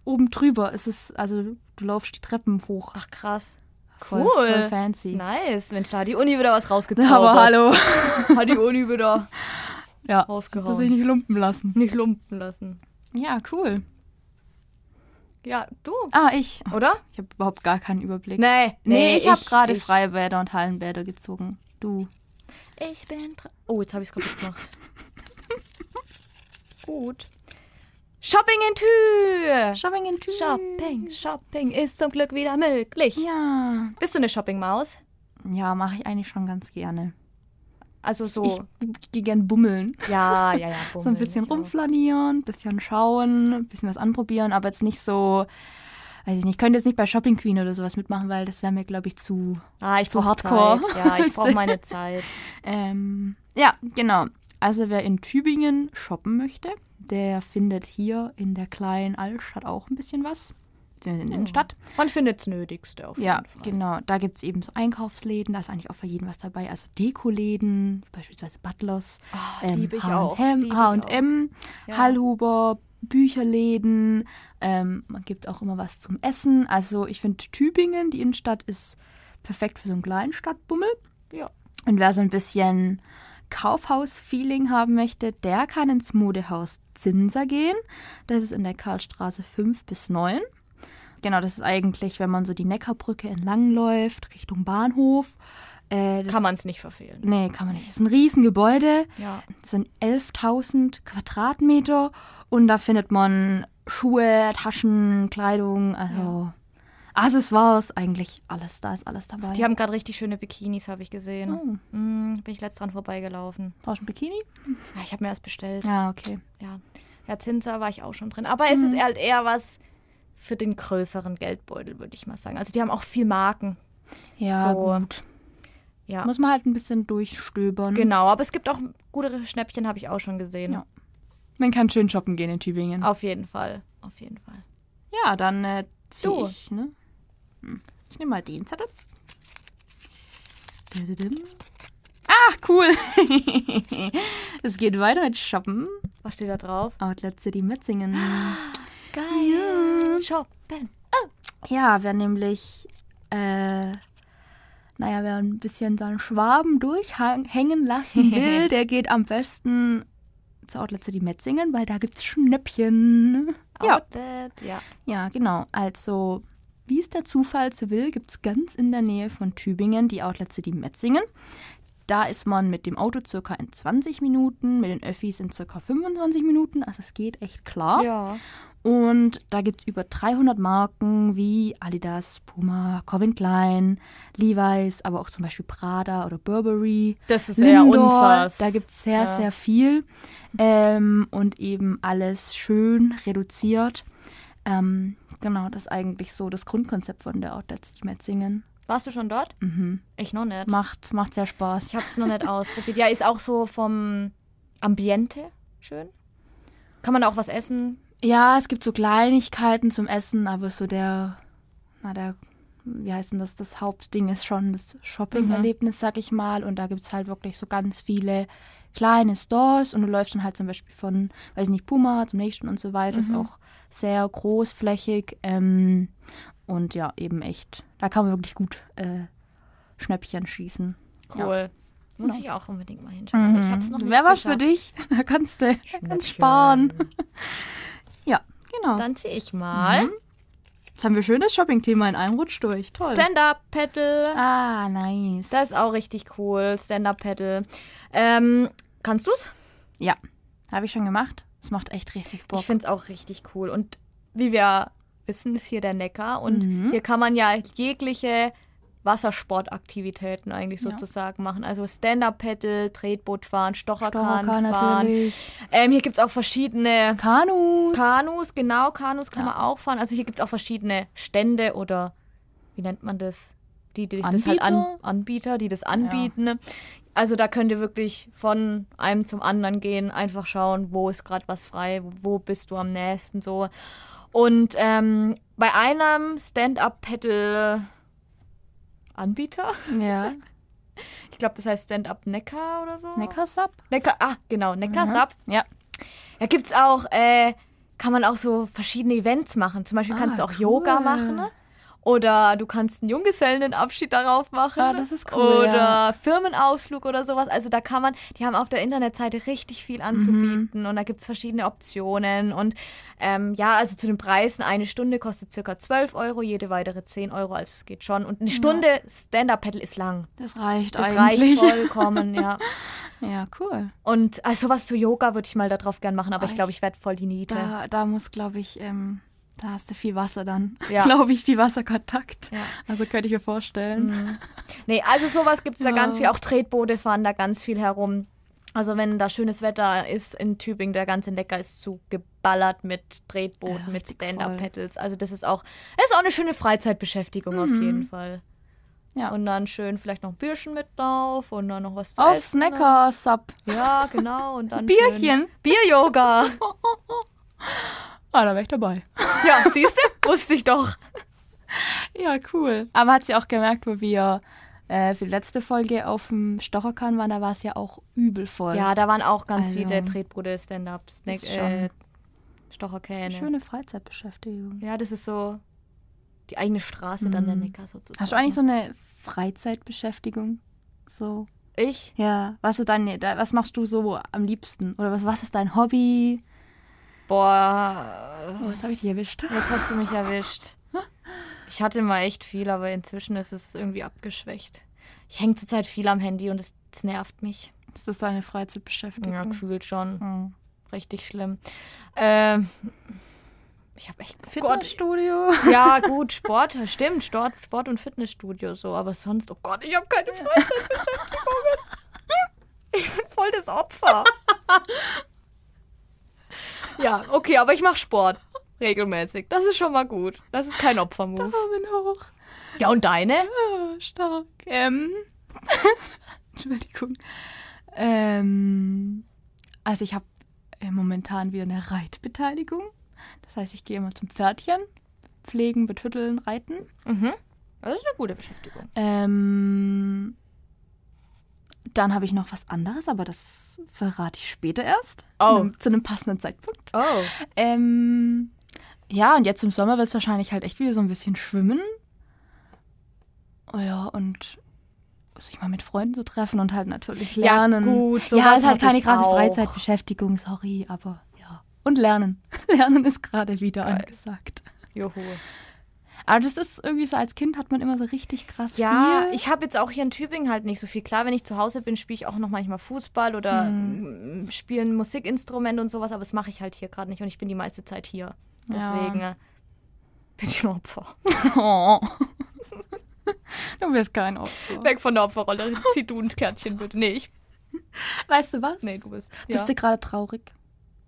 oben drüber. Es ist, also du laufst die Treppen hoch.
Ach krass.
Voll,
cool.
voll fancy.
Nice. Mensch, da hat die Uni wieder was rausgezaubert.
<laughs> Aber hallo.
<laughs> Hat die Uni wieder
Ja,
Rausgehauen.
dass ich nicht lumpen lassen.
nicht lumpen lassen.
Ja, cool.
Ja, du.
Ah, ich.
Oder?
Ich habe überhaupt gar keinen Überblick.
Nee.
Ne, Nee, ich, habe gerade
ich-
Freibäder und Hallenbäder gezogen. Du.
Ich bin dran. Oh, jetzt habe ich es
<laughs>
kaputt gemacht. Gut. Shopping in Tür.
Shopping in Tür.
Shopping, Shopping ist zum Glück wieder möglich.
Ja.
Bist du eine Shopping-Maus?
Ja, mache ich eigentlich schon ganz gerne.
Also so.
Ich gehe gern bummeln.
ja, ja, ja.
<laughs> so ein bisschen
rumfliegen.
rumflanieren, bisschen schauen, ein bisschen was anprobieren, aber jetzt nicht so, weiß ich nicht, ich könnte jetzt nicht bei Shopping Queen oder sowas mitmachen, weil das wäre mir, glaube ich, zu.
Ah, ich
So
brauche
hardcore.
Zeit. Ja,
<laughs>
ich brauche meine Zeit.
Ähm, ja, genau. Also wer in Tübingen shoppen möchte, der findet hier in der kleinen Altstadt auch ein bisschen was. beziehungsweise In der Innenstadt.
Man findet das Nötigste auf
Ja,
Oh, jeden Fall.
genau. Da gibt es eben so Einkaufsläden, da ist eigentlich auch für jeden was dabei. Also Dekoläden, beispielsweise Butlers,
Ah, liebe ich auch, liebe
H&M,
ich
H&M,
Ja.
Hallhuber, Bücherläden. Ähm, man gibt auch immer was zum Essen. Also ich finde Tübingen, die Innenstadt, ist perfekt für so einen kleinen Stadtbummel.
Ja.
Und wer so ein bisschen Kaufhaus-Feeling haben möchte, der kann ins Modehaus Zinser gehen. Das ist in der Karlstraße 5 bis 9. Genau, das ist eigentlich, wenn man so die Neckarbrücke entlang läuft, Richtung Bahnhof. Äh, das-
Kann man es nicht verfehlen.
Nee, kann man nicht. Das ist ein Riesengebäude.
Ja.
Das sind 11.000 Quadratmeter und da findet man Schuhe, Taschen, Kleidung, also Accessoires, eigentlich alles. Da ist alles dabei.
Die haben gerade richtig schöne Bikinis, habe ich gesehen.
Oh.
Mm, bin ich letzt dran vorbeigelaufen.
Brauchst du ein Bikini?
Ah, ich habe mir erst bestellt. Ja.
Ja, Mhm. okay.
ja. Zinser war ich auch schon drin. Aber es ist halt eher was für den größeren Geldbeutel, würde ich mal sagen. Also die haben auch viel Marken.
Ja,
So.
gut.
Ja.
Muss man halt ein bisschen durchstöbern.
Genau, aber es gibt auch gute Schnäppchen, habe ich auch schon gesehen.
Ja. Man kann schön shoppen gehen in Tübingen.
Auf jeden Fall. Auf jeden Fall.
Ja, dann äh, zieh
Du.
ich, ne? Hm. Ich nehme mal den Zettel. Dadadim. Ach, cool. <laughs> es geht weiter mit Shoppen.
Was steht da drauf?
Outlet City
<gasps>
Metzingen.
Geil. Shoppen.
Ja, wer nämlich, äh, naja, wer ein bisschen seinen Schwaben durchhängen
<laughs>
lassen will, der geht am besten zur Outlet City Metzingen, weil da gibt's Schnäppchen. Ja.
Outlet. Ja.
Ja, genau. Also Wie es der Zufall so will, gibt es ganz in der Nähe von Tübingen die Outlet City Metzingen. Da ist man mit dem Auto circa in 20 Minuten, mit den Öffis in circa 25 Minuten. Also es geht echt klar.
Ja.
Und da gibt es über 300 Marken wie Adidas, Puma, Calvin Klein, Levi's, aber auch zum Beispiel Prada oder Burberry.
Das ist eher
Lindor,
unseres.
Da gibt es sehr,
Ja.
sehr viel. Ähm, und eben alles schön reduziert. Ähm, genau, das ist eigentlich so das Grundkonzept von der Outlet City Metzingen.
Warst du schon dort?
Mhm.
Ich noch nicht.
Macht, macht sehr Spaß.
Ich habe es noch nicht ausprobiert. Ja, ist auch so vom Ambiente schön. Kann man da auch was essen?
Ja, es gibt so Kleinigkeiten zum Essen, aber so der, na der, wie heißt denn das, das Hauptding ist schon das
Mhm.
Shopping-Erlebnis, sag ich mal. Und da gibt es halt wirklich so ganz viele kleine Stores und du läufst dann halt zum Beispiel von, weiß nicht, Puma zum nächsten und so weiter.
Mhm.
Ist auch sehr großflächig ähm, und ja, eben echt, da kann man wirklich gut äh, Schnäppchen schießen.
Cool. Muss ich auch unbedingt mal hinschauen. Ich habe es noch
Genau.
nicht
Mhm. Wer was für
geschafft.
dich? <laughs> Da kannst du da kannst sparen. <laughs> ja, genau.
Dann zieh ich mal.
Mhm, Jetzt haben wir schönes Shopping-Thema in einem Rutsch durch. Toll.
Stand-up-Paddle.
ah, nice.
Das ist auch richtig cool. Stand-up-Paddle. Ähm, kannst du's?
Ja, habe ich schon gemacht. Es macht echt richtig Bock.
Ich finde es auch richtig cool. Und wie wir wissen, ist hier der Neckar. Und
Mhm.
hier kann man ja jegliche Wassersportaktivitäten eigentlich
Ja.
sozusagen machen. Also Stand-up-Paddle, Tretboot fahren, Stocherkahn
Storakan
fahren.
natürlich.
Ähm, hier gibt es auch verschiedene
Kanus.
Kanus, genau, Kanus kann
Ja.
man auch fahren. Also hier gibt es auch verschiedene Stände oder wie nennt man das? Die, die das halt an,
Anbieter?
Anbieter, die das anbieten. Also da könnt ihr wirklich von einem zum anderen gehen, einfach schauen, wo ist gerade was frei, wo- wo bist du am nächsten so. Und ähm, bei einem Stand-up-Pedal-Anbieter,
ja.
<laughs> ich glaube, das heißt Stand-up-Neckar oder so.
Neckarsub.
Neckar, ah, genau, Neckarsab.
Ja.
Da gibt es auch, äh, kann man auch so verschiedene Events machen. Zum Beispiel
Ah,
kannst du auch
cool.
Yoga machen. ne? Oder du kannst einen Junggesellenabschied darauf machen.
Ah, das ist cool,
Oder
ja.
Firmenausflug oder sowas. Also da kann man, die haben auf der Internetseite richtig viel anzubieten
Mhm.
und da gibt es verschiedene Optionen. Und ähm, ja, also zu den Preisen, eine Stunde kostet circa 12 Euro, jede weitere 10 Euro, also es geht schon. Und eine Stunde Stand-Up-Paddle ist lang.
Das reicht
Das
eigentlich.
reicht vollkommen, ja.
<laughs> Ja, cool.
Und also was zu Yoga würde ich mal darauf gern machen, aber ich glaube, ich werde voll die Niete.
Da, da muss, glaube ich, ähm, da hast du viel Wasser dann. <laughs>
Ja.
glaube ich, viel Wasserkontakt.
Ja. Mhm.
Also könnte ich mir vorstellen.
Nee, also sowas gibt es da
Ja.
ganz viel. Auch Tretboote fahren da ganz viel herum. Also wenn da schönes Wetter ist in Tübingen, der ganze Neckar ist zugeballert mit Tretbooten,
Ja,
mit
richtig voll.
Stand-Up-Paddles. Also das ist auch, das ist auch eine schöne Freizeitbeschäftigung auf jeden Fall.
Mhm. Ja.
Und dann schön vielleicht noch ein Bierchen mit drauf und dann noch was zu
Auf
essen.
Neckarsub.
Ja, genau. Und dann
Bierchen.
schön- Bier-Yoga.
Ah, da wäre ich dabei.
Ja, siehst du? Wusste ich doch.
Ja, cool. Aber hat sie auch gemerkt, wo wir äh, für die letzte Folge auf dem Stocherkahn waren, da war es ja auch übel voll.
Ja, da waren auch ganz
Also,
viele Tretbruder, Stand-Ups, Snack,
ist schon-
äh, Stocherkähne.
Schöne Freizeitbeschäftigung.
Ja, das ist so die eigene Straße dann der Neckar sozusagen.
Mhm. Hast du eigentlich so eine Freizeitbeschäftigung? So.
Ich?
Ja. Was, so deine, da- was machst du so am liebsten? Oder was, was ist dein Hobby?
Boah,
Oh, jetzt habe ich dich erwischt.
jetzt hast du mich erwischt. Ich hatte mal echt viel, aber inzwischen ist es irgendwie abgeschwächt. Ich hänge zurzeit viel am Handy und es es nervt mich.
Ist das deine Freizeitbeschäftigung?
Ja, gefühlt schon.
Mhm.
Richtig schlimm. Ähm, ich habe echt Gott,
Fitnessstudio.
Ja, gut, Sport, stimmt, Sport, Sport und Fitnessstudio so, aber sonst, oh Gott, ich habe keine Freizeitbeschäftigung. <laughs> Ich bin voll das <laughs> Opfer. Ja, okay, aber ich mache Sport regelmäßig. Das ist schon mal gut. Das ist kein Opfermove.
Daumen hoch.
Ja, und deine?
Ah, <laughs> stark. Ähm. <laughs> Entschuldigung. Ähm, also ich habe äh, momentan wieder eine Reitbeteiligung. Das heißt, ich gehe immer zum Pferdchen. Pflegen, betütteln, reiten.
Mhm. Das ist eine gute Beschäftigung.
Ähm, dann habe ich noch was anderes, aber das verrate ich später erst. Zu,
Oh.
einem, zu einem passenden Zeitpunkt.
Oh.
Ähm, ja, und jetzt im Sommer wird es wahrscheinlich halt echt wieder so ein bisschen schwimmen. Oh ja, und sich mal mit Freunden so treffen und halt natürlich
Ja,
lernen.
gut,
ja,
sowas
ist halt
hab
keine
ich
krasse
auch.
Freizeitbeschäftigung, sorry, <laughs> aber ja. Und lernen. Lernen ist gerade wieder angesagt.
Juhu.
Aber das ist irgendwie so, als Kind hat man immer so richtig krass
Ja,
viel.
ich habe jetzt auch hier in Tübingen halt nicht so viel. Klar, wenn ich zu Hause bin, spiele ich auch noch manchmal Fußball oder mm, spiele ein Musikinstrument und sowas, aber das mache ich halt hier gerade nicht und ich bin die meiste Zeit hier. Deswegen äh, bin ich ein Opfer.
Oh. <laughs> Du bist kein Opfer.
<laughs> Weg von der Opferrolle. Zieh du ein Kärtchen bitte. Nee, ich.
Weißt du was?
Nee, du bist. Ja.
Bist du gerade traurig?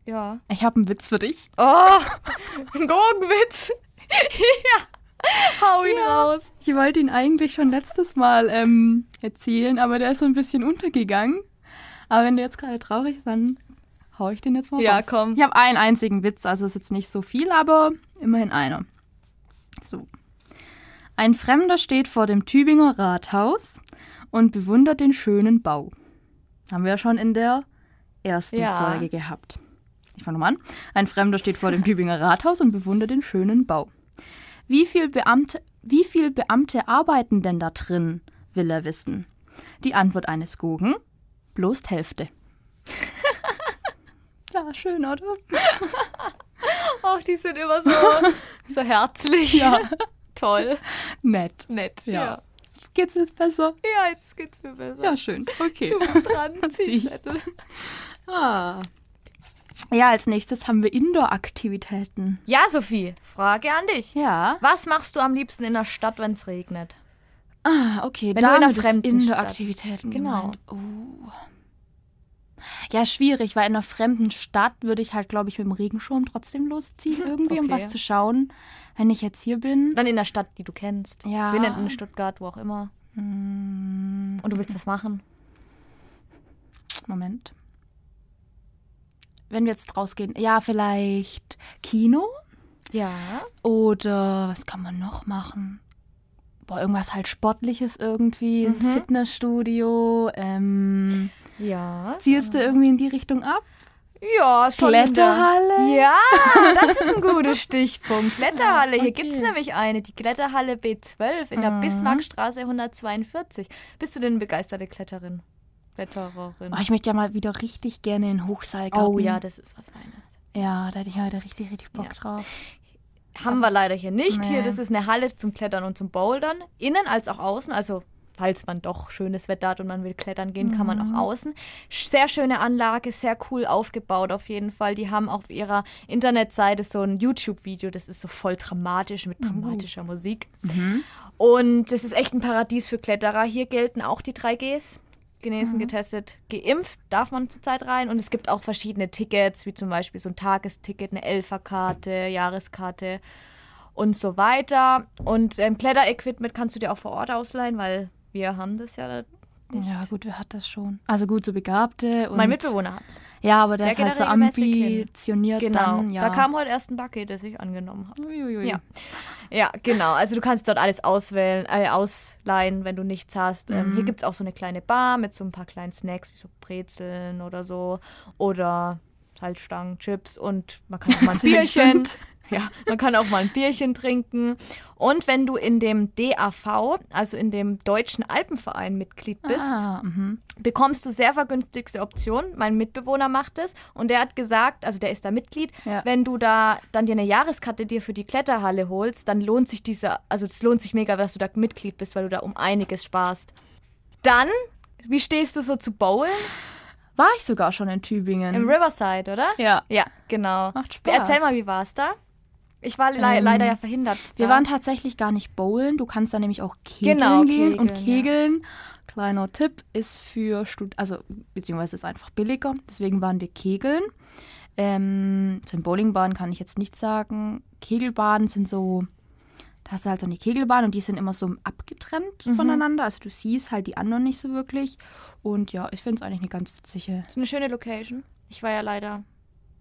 ja.
Ich habe einen Witz für dich.
Oh, ein Gurkenwitz. <laughs> ja. Hau ihn raus.
Ich wollte ihn eigentlich schon letztes Mal ähm, erzählen, aber der ist so ein bisschen untergegangen. Aber wenn du jetzt gerade traurig bist, dann hau ich den jetzt mal
Ja,
raus.
komm.
Ich habe einen einzigen Witz, also ist jetzt nicht so viel, aber immerhin einer. So. Ein Fremder steht vor dem Tübinger Rathaus und bewundert den schönen Bau. Haben wir ja schon in der ersten
Ja.
Folge gehabt. Ich fange nochmal an. Ein Fremder steht vor dem Tübinger Rathaus und bewundert den schönen Bau. Wie viel, Beamte, wie viel Beamte arbeiten denn da drin, will er wissen. Die Antwort eines Gogen, bloß die Hälfte. <laughs> ja, schön, oder?
Ach, die sind immer <laughs> so, so herzlich.
Ja.
<laughs> Toll.
Nett.
Nett.
Ja. Geht's jetzt besser?
Ja, ja jetzt geht's mir besser.
Ja, schön. Okay.
Du bist <laughs> dran.
Zieh ich.
Ziehzettel.
Ah. Ja, als nächstes haben wir Indoor-Aktivitäten.
Ja, Sophie, Frage an dich.
Ja.
Was machst du am liebsten in der Stadt, wenn es regnet?
Ah, okay.
Wenn du in einer
damit ist
fremden
Indoor-Aktivitäten
Genau.
gemeint. Oh. Ja, schwierig, weil in einer fremden Stadt würde ich halt, glaube ich, mit dem Regenschirm trotzdem losziehen, irgendwie, um
<laughs> Okay.
was zu schauen, wenn ich jetzt hier bin.
Dann in der Stadt, die du kennst.
Ja. mm,
Wir nennen in Stuttgart, wo auch immer. Und du willst was machen?
Moment. Wenn wir jetzt rausgehen, ja, vielleicht Kino
Ja.
oder was kann man noch machen? Boah, irgendwas halt Sportliches irgendwie, ein
Mhm.
Fitnessstudio. Ähm,
Ja.
zielst du irgendwie in die Richtung ab?
Ja, schon
Kletterhalle?
wieder. Ja, das ist ein guter Stichpunkt. Kletterhalle. Hier
Okay.
gibt es nämlich eine, die Kletterhalle B12 in der Bismarckstraße 142. Bist du denn eine begeisterte Kletterin? Klettererin?
Oh, ich möchte ja mal wieder richtig gerne in den Hochseilgarten.
Oh ja, das ist was Feines.
Ja, da hätte ich mal wieder richtig, richtig Bock
Ja.
drauf.
Haben wir leider hier nicht.
Nee.
Hier, das ist eine Halle zum Klettern und zum Bouldern. Innen als auch außen. Also, falls man doch schönes Wetter hat und man will klettern gehen, kann man auch außen. Sehr schöne Anlage, sehr cool aufgebaut auf jeden Fall. Die haben auf ihrer Internetseite so ein YouTube-Video. Das ist so voll dramatisch mit dramatischer Musik. Und es ist echt ein Paradies für Kletterer. Hier gelten auch die 3Gs. Genesen, getestet, geimpft darf man zurzeit rein. Und es gibt auch verschiedene Tickets, wie zum Beispiel so ein Tagesticket, eine Elferkarte, Jahreskarte und so weiter. Und ähm, Kletterequipment kannst du dir auch vor Ort ausleihen, weil wir haben das ja.
Ja, gut, wer hat das schon? Also gut, so Begabte und.
mein Mitbewohner hat's.
Ja, aber der,
Der
ist halt
geht
so
da regelmäßig hin.
ambitioniert
Genau.
dann. Ja.
Da kam heute erst ein Bucket, das ich angenommen habe.
Uiuiui.
Ja. ja, genau. Also du kannst dort alles auswählen, äh, ausleihen, wenn du nichts hast. Ähm, Hier gibt es auch so eine kleine Bar mit so ein paar kleinen Snacks, wie so Brezeln oder so. Oder Salzstangen, Chips und man kann auch <laughs> mal ein Bierchen.
Sind.
Ja, man kann auch mal ein Bierchen trinken. Und wenn du in dem DAV, also in dem Deutschen Alpenverein Mitglied bist,
Ah, mhm.
bekommst du sehr vergünstigste Option. Mein Mitbewohner macht es und der hat gesagt, also der ist da Mitglied,
Ja.
wenn du da dann dir eine Jahreskarte dir für die Kletterhalle holst, dann lohnt sich dieser, also es lohnt sich mega, dass du da Mitglied bist, weil du da um einiges sparst. Dann, wie stehst du so zu Bowlen?
War ich sogar schon in Tübingen.
Im Riverside, oder?
Mhm. ja.
Ja, genau.
Macht Spaß.
Erzähl mal, wie war es da? Ich war le
Ähm,
leider ja verhindert.
Wir
da.
waren tatsächlich gar nicht bowlen. Du kannst da nämlich auch kegeln
Genau,
gehen und
kegeln, ja.
kegeln. Kleiner Tipp ist für Stud also beziehungsweise ist einfach billiger. Deswegen waren wir kegeln. Ähm, zu den Bowlingbahnen kann ich jetzt nichts sagen. Kegelbahnen sind so, da hast du halt so eine Kegelbahn und die sind immer so abgetrennt voneinander. Also du siehst halt die anderen nicht so wirklich. Und ja, ich finde es eigentlich eine ganz witzige.
Das ist eine schöne Location. Ich war ja leider.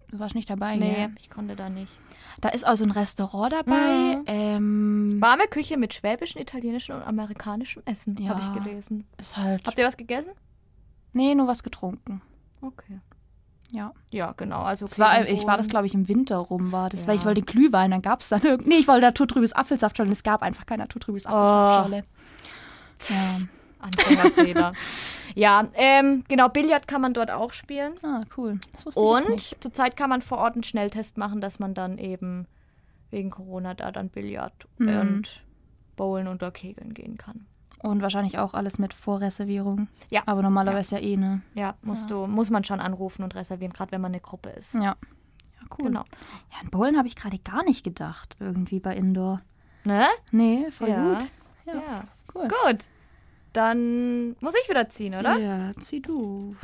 Du warst nicht dabei,
Nee,
gell?
ich konnte da nicht.
Da ist auch so ein Restaurant dabei.
Mhm.
Ähm,
Warme Küche mit schwäbischen, italienischen und amerikanischem Essen,
Ja.
habe ich gelesen.
ist halt.
Habt ihr was gegessen?
Nee, nur was getrunken.
Okay.
Ja.
Ja, genau. Also
Es war, äh,
Kegelbohnen.
ich war das, glaube ich, im Winter rum war das, weil ich
Ja.
wollte Glühwein, dann gab es da irgend. Nee, ich wollte naturtrübes Apfelsaftschorle und es gab einfach keine naturtrübes Apfelsaftschorle. Ja. <laughs>
Anfängerfehler. ja, ähm, genau. Billard kann man dort auch spielen.
Ah, cool. Das wusste ich jetzt
Und
nicht.
zurzeit kann man vor Ort einen Schnelltest machen, dass man dann eben wegen Corona da dann Billard
Mhm.
und Bowlen oder Kegeln gehen kann.
Und wahrscheinlich auch alles mit Vorreservierung.
Ja.
Aber normalerweise ja, Mhm. eh, ne?
Ja, musst du, muss man schon anrufen und reservieren, gerade wenn man eine Gruppe ist.
Ja. Ja, cool.
Genau.
Ja, an Bowlen habe ich gerade gar nicht gedacht, irgendwie bei Indoor.
Ne?
Nee, voll
Ja.
gut. Ja. Cool.
Gut. Dann muss ich wieder ziehen, oder?
Ja, zieh du.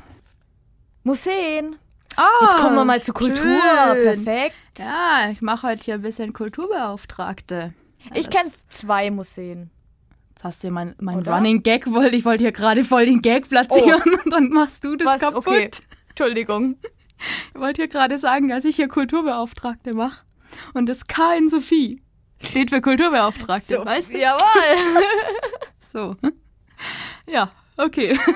Museen.
Ah,
Jetzt kommen wir mal zur Kultur.
schön.
Perfekt.
Ja, ich mache heute hier ein bisschen Kulturbeauftragte. Ja,
Ich
das-
kenne zwei Museen.
Jetzt hast du ja mein, mein
Oder? Oh.
Running Gag wollte. Ich wollte hier gerade voll den Gag platzieren <laughs> und dann machst du das kaputt.
Okay. Entschuldigung.
Ich wollte hier gerade sagen, dass ich hier Kulturbeauftragte mache. Und das K in Sophie steht für Kulturbeauftragte, weißt du? <laughs>
Jawohl.
So. ne? Ja, okay. <laughs>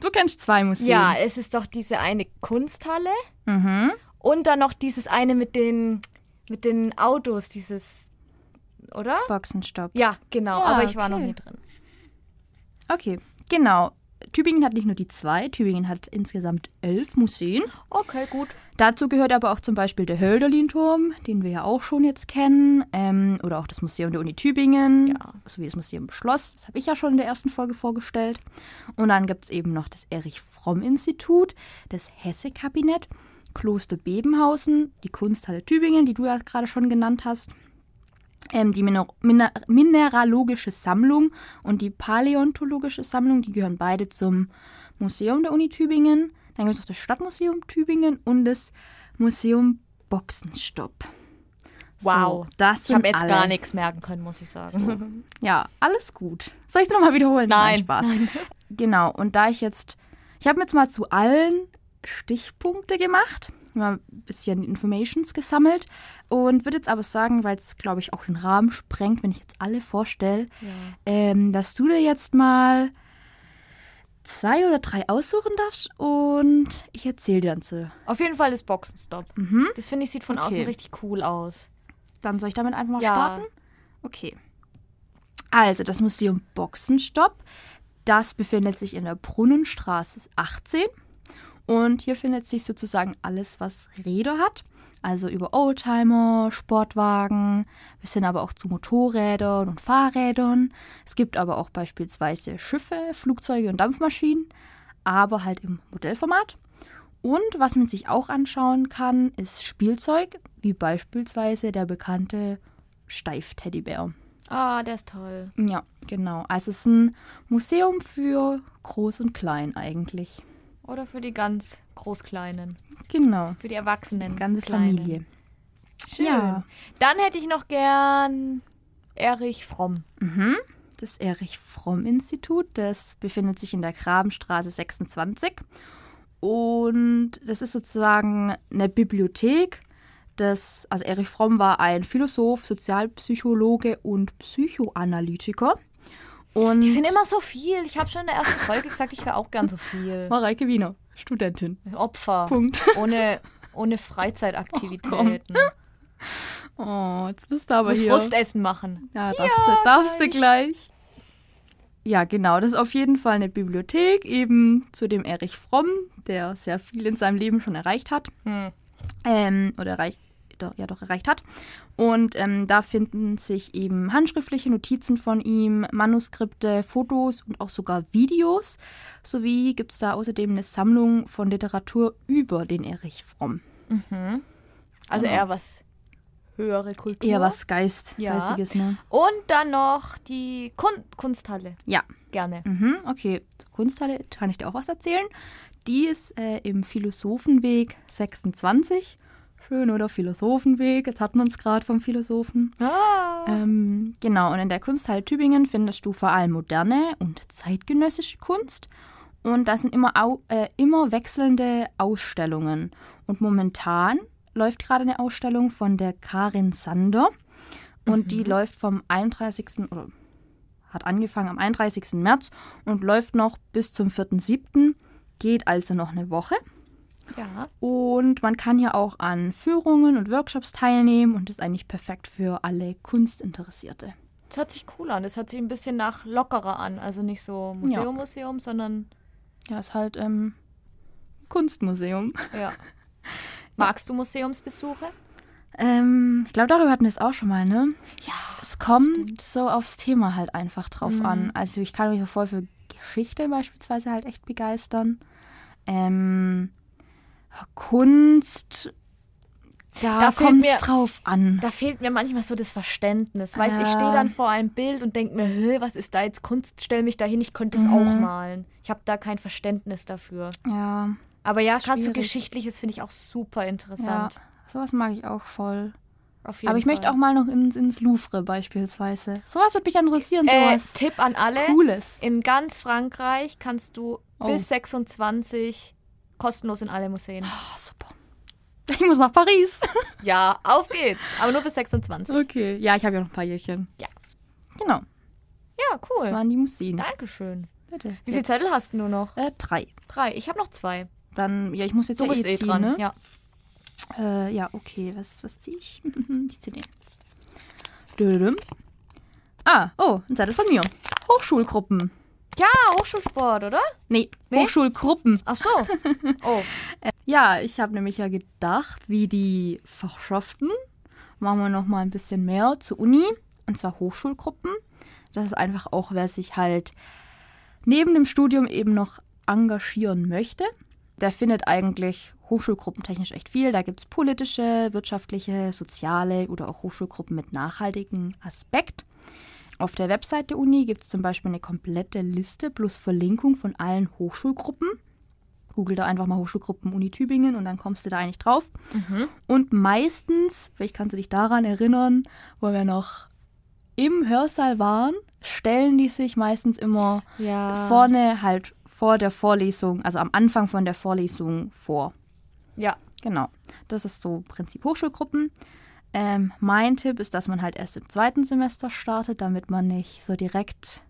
Du kennst zwei Museen.
Ja, es ist doch diese eine Kunsthalle
Mhm.
und dann noch dieses eine mit den, mit den Autos, dieses, oder?
Boxenstopp.
Ja, genau,
Ja,
aber ich war noch
okay.
nie drin.
Okay, genau. Tübingen hat nicht nur die zwei, Tübingen hat insgesamt elf Museen.
Okay, gut.
Dazu gehört aber auch zum Beispiel der Hölderlin-Turm, den wir ja auch schon jetzt kennen, ähm, oder auch das Museum der Uni Tübingen,
Ja.
sowie das Museum Schloss, das habe ich ja schon in der ersten Folge vorgestellt. Und dann gibt es eben noch das Erich-Fromm-Institut, das Hesse-Kabinett, Kloster Bebenhausen, die Kunsthalle Tübingen, die du ja gerade schon genannt hast, ähm, die Miner Miner Mineralogische Sammlung und die Paläontologische Sammlung, die gehören beide zum Museum der Uni Tübingen. Dann gibt es noch das Stadtmuseum Tübingen und das Museum Boxenstopp. So,
Wow.
das
Ich habe
sind
jetzt
alle.
gar nichts merken können, muss ich sagen.
Ja, alles gut. Soll ich es nochmal wiederholen?
Nein.
Spaß. Genau, und da ich jetzt, ich habe mir jetzt mal zu allen Stichpunkte gemacht, mal ein bisschen Informations gesammelt und würde jetzt aber sagen, weil es, glaube ich, auch den Rahmen sprengt, wenn ich jetzt alle vorstelle, ähm, dass du dir jetzt mal zwei oder drei aussuchen darfst und ich erzähle dir dann zu.
<laughs> Auf jeden Fall ist Boxenstopp. Das finde ich sieht von
Okay.
außen richtig cool aus.
Dann soll ich damit einfach mal
Ja.
starten? Okay. Also, das Museum Boxenstopp, das befindet sich in der Brunnenstraße 18. Und hier findet sich sozusagen alles, was Räder hat. Also über Oldtimer, Sportwagen, bis hin aber auch zu Motorrädern und Fahrrädern. Es gibt aber auch beispielsweise Schiffe, Flugzeuge und Dampfmaschinen, aber halt im Modellformat. Und was man sich auch anschauen kann, ist Spielzeug, wie beispielsweise der bekannte Steif-Teddybär.
Ah, der ist toll.
Ja, genau. Also es ist ein Museum für Groß und Klein eigentlich.
Oder für die ganz Großkleinen.
Genau.
Für die Erwachsenen.
Ganze
Kleinen.
Familie.
Schön.
Ja.
Dann hätte ich noch gern Erich Fromm.
Das Erich-Fromm-Institut, das befindet sich in der Grabenstraße 26. Und das ist sozusagen eine Bibliothek. Das, also Erich Fromm war ein Philosoph, Sozialpsychologe und Psychoanalytiker. Und
Die sind immer so viel. Ich habe schon in der ersten Folge gesagt, ich wäre auch gern so viel.
Mareike Wiener, Studentin.
Opfer.
<laughs> Punkt.
Ohne, ohne Freizeitaktivitäten.
Oh, jetzt bist du aber
Muss
hier.
Frustessen machen.
Ja, darfst, du, darfst du gleich. Ja, genau. Das ist auf jeden Fall eine Bibliothek, eben zu dem Erich Fromm, der sehr viel in seinem Leben schon erreicht hat.
Hm.
Ähm, oder erreicht, doch, ja, doch erreicht hat. Und ähm, da finden sich eben handschriftliche Notizen von ihm, Manuskripte, Fotos und auch sogar Videos. Sowie gibt es da außerdem eine Sammlung von Literatur über den Erich Fromm.
Also eher was höhere Kultur.
Eher was Geist,
Ja.
Geistiges, ne?
Und dann noch die Kun Kunsthalle.
Ja,
Gerne.
Mhm, okay, zur Kunsthalle kann ich dir auch was erzählen. Die ist äh, im Philosophenweg 26. Schön, oder? Philosophenweg. Jetzt hatten wir uns gerade vom Philosophen.
Ah.
Ähm, genau, und in der Kunsthalle Tübingen findest du vor allem moderne und zeitgenössische Kunst. Und da sind immer, au, äh, immer wechselnde Ausstellungen. Und momentan läuft gerade eine Ausstellung von der Karin Sander. Und die läuft vom 31. oder hat angefangen am 31. März und läuft noch bis zum 4.7. Geht also noch eine Woche.
Ja.
Und man kann hier auch an Führungen und Workshops teilnehmen und ist eigentlich perfekt für alle Kunstinteressierte.
Das hört sich cool an. Das hört sich ein bisschen nach lockerer an. Also nicht so Museum,
Ja.
Museum, sondern
Ja, ist halt ähm, Kunstmuseum.
ja. Magst du Museumsbesuche?
<laughs> Ähm, ich glaube, darüber hatten wir es auch schon mal, ne?
Ja,
Es kommt so aufs Thema halt einfach drauf an. Also ich kann mich so voll für Geschichte beispielsweise halt echt begeistern. Ähm, Kunst, da,
Da fehlt
kommt es
mir-
drauf an.
Da fehlt mir manchmal so das Verständnis. Weißt ich
Ja.
stehe dann vor einem Bild und denke mir, "Hä, was ist da jetzt Kunst? Stell mich dahin, ich könnte es
Mhm.
auch malen. Ich habe da kein Verständnis dafür.
Ja,
Aber ja, gerade so
Schwierig.
Geschichtliches finde ich auch super
ja,
interessant.
sowas mag ich auch voll.
Auf jeden
Aber ich möchte
Fall.
auch mal noch ins, ins Louvre beispielsweise. Sowas würde mich interessieren,
äh,
sowas
Tipp an alle:
Cooles.
In ganz Frankreich kannst du
Oh.
bis 26 kostenlos in alle Museen.
Oh, super. <laughs> Ich muss nach Paris.
Ja, auf geht's. Aber nur bis 26.
Okay, ja, ich habe ja noch ein paar Jährchen.
Ja.
Genau,
Ja,
das
cool.
waren die Museen.
Dankeschön.
Bitte.
Wie viele
Jetzt,
Zettel hast du noch?
Äh, drei.
Drei. Ich habe noch zwei.
Dann, ja, ich muss jetzt
Du
ja
bist
eh
eh
ziehen,
dran.
ne?
Ja.
Äh, ja, okay, was, was ziehe ich? <laughs> ich ziehe den. Dödödüm. Ah, oh, ein Zettel von mir. Hochschulgruppen.
ja, Hochschulsport, oder?
Nee,
Nee?
Hochschulgruppen.
Ach <laughs> so. Oh.
Ja, ich habe nämlich ja gedacht, wie die Fachschaften, machen wir noch mal ein bisschen mehr zur Uni, und zwar Hochschulgruppen. Das ist einfach auch, wer sich halt neben dem Studium eben noch engagieren möchte. Der findet eigentlich hochschulgruppentechnisch echt viel. Da gibt es politische, wirtschaftliche, soziale oder auch Hochschulgruppen mit nachhaltigem Aspekt. Auf der Website der Uni gibt es zum Beispiel eine komplette Liste plus Verlinkung von allen Hochschulgruppen. Google da einfach mal Hochschulgruppen Uni Tübingen und dann kommst du da eigentlich drauf. Und meistens, vielleicht kannst du dich daran erinnern, wo wir noch im Hörsaal waren, stellen die sich meistens immer
Ja.
vorne halt vor der Vorlesung, also am Anfang von der Vorlesung vor.
Ja.
Genau. Das ist so Prinzip Hochschulgruppen. Ähm, mein Tipp ist, dass man halt erst im zweiten Semester startet, damit man nicht so direkt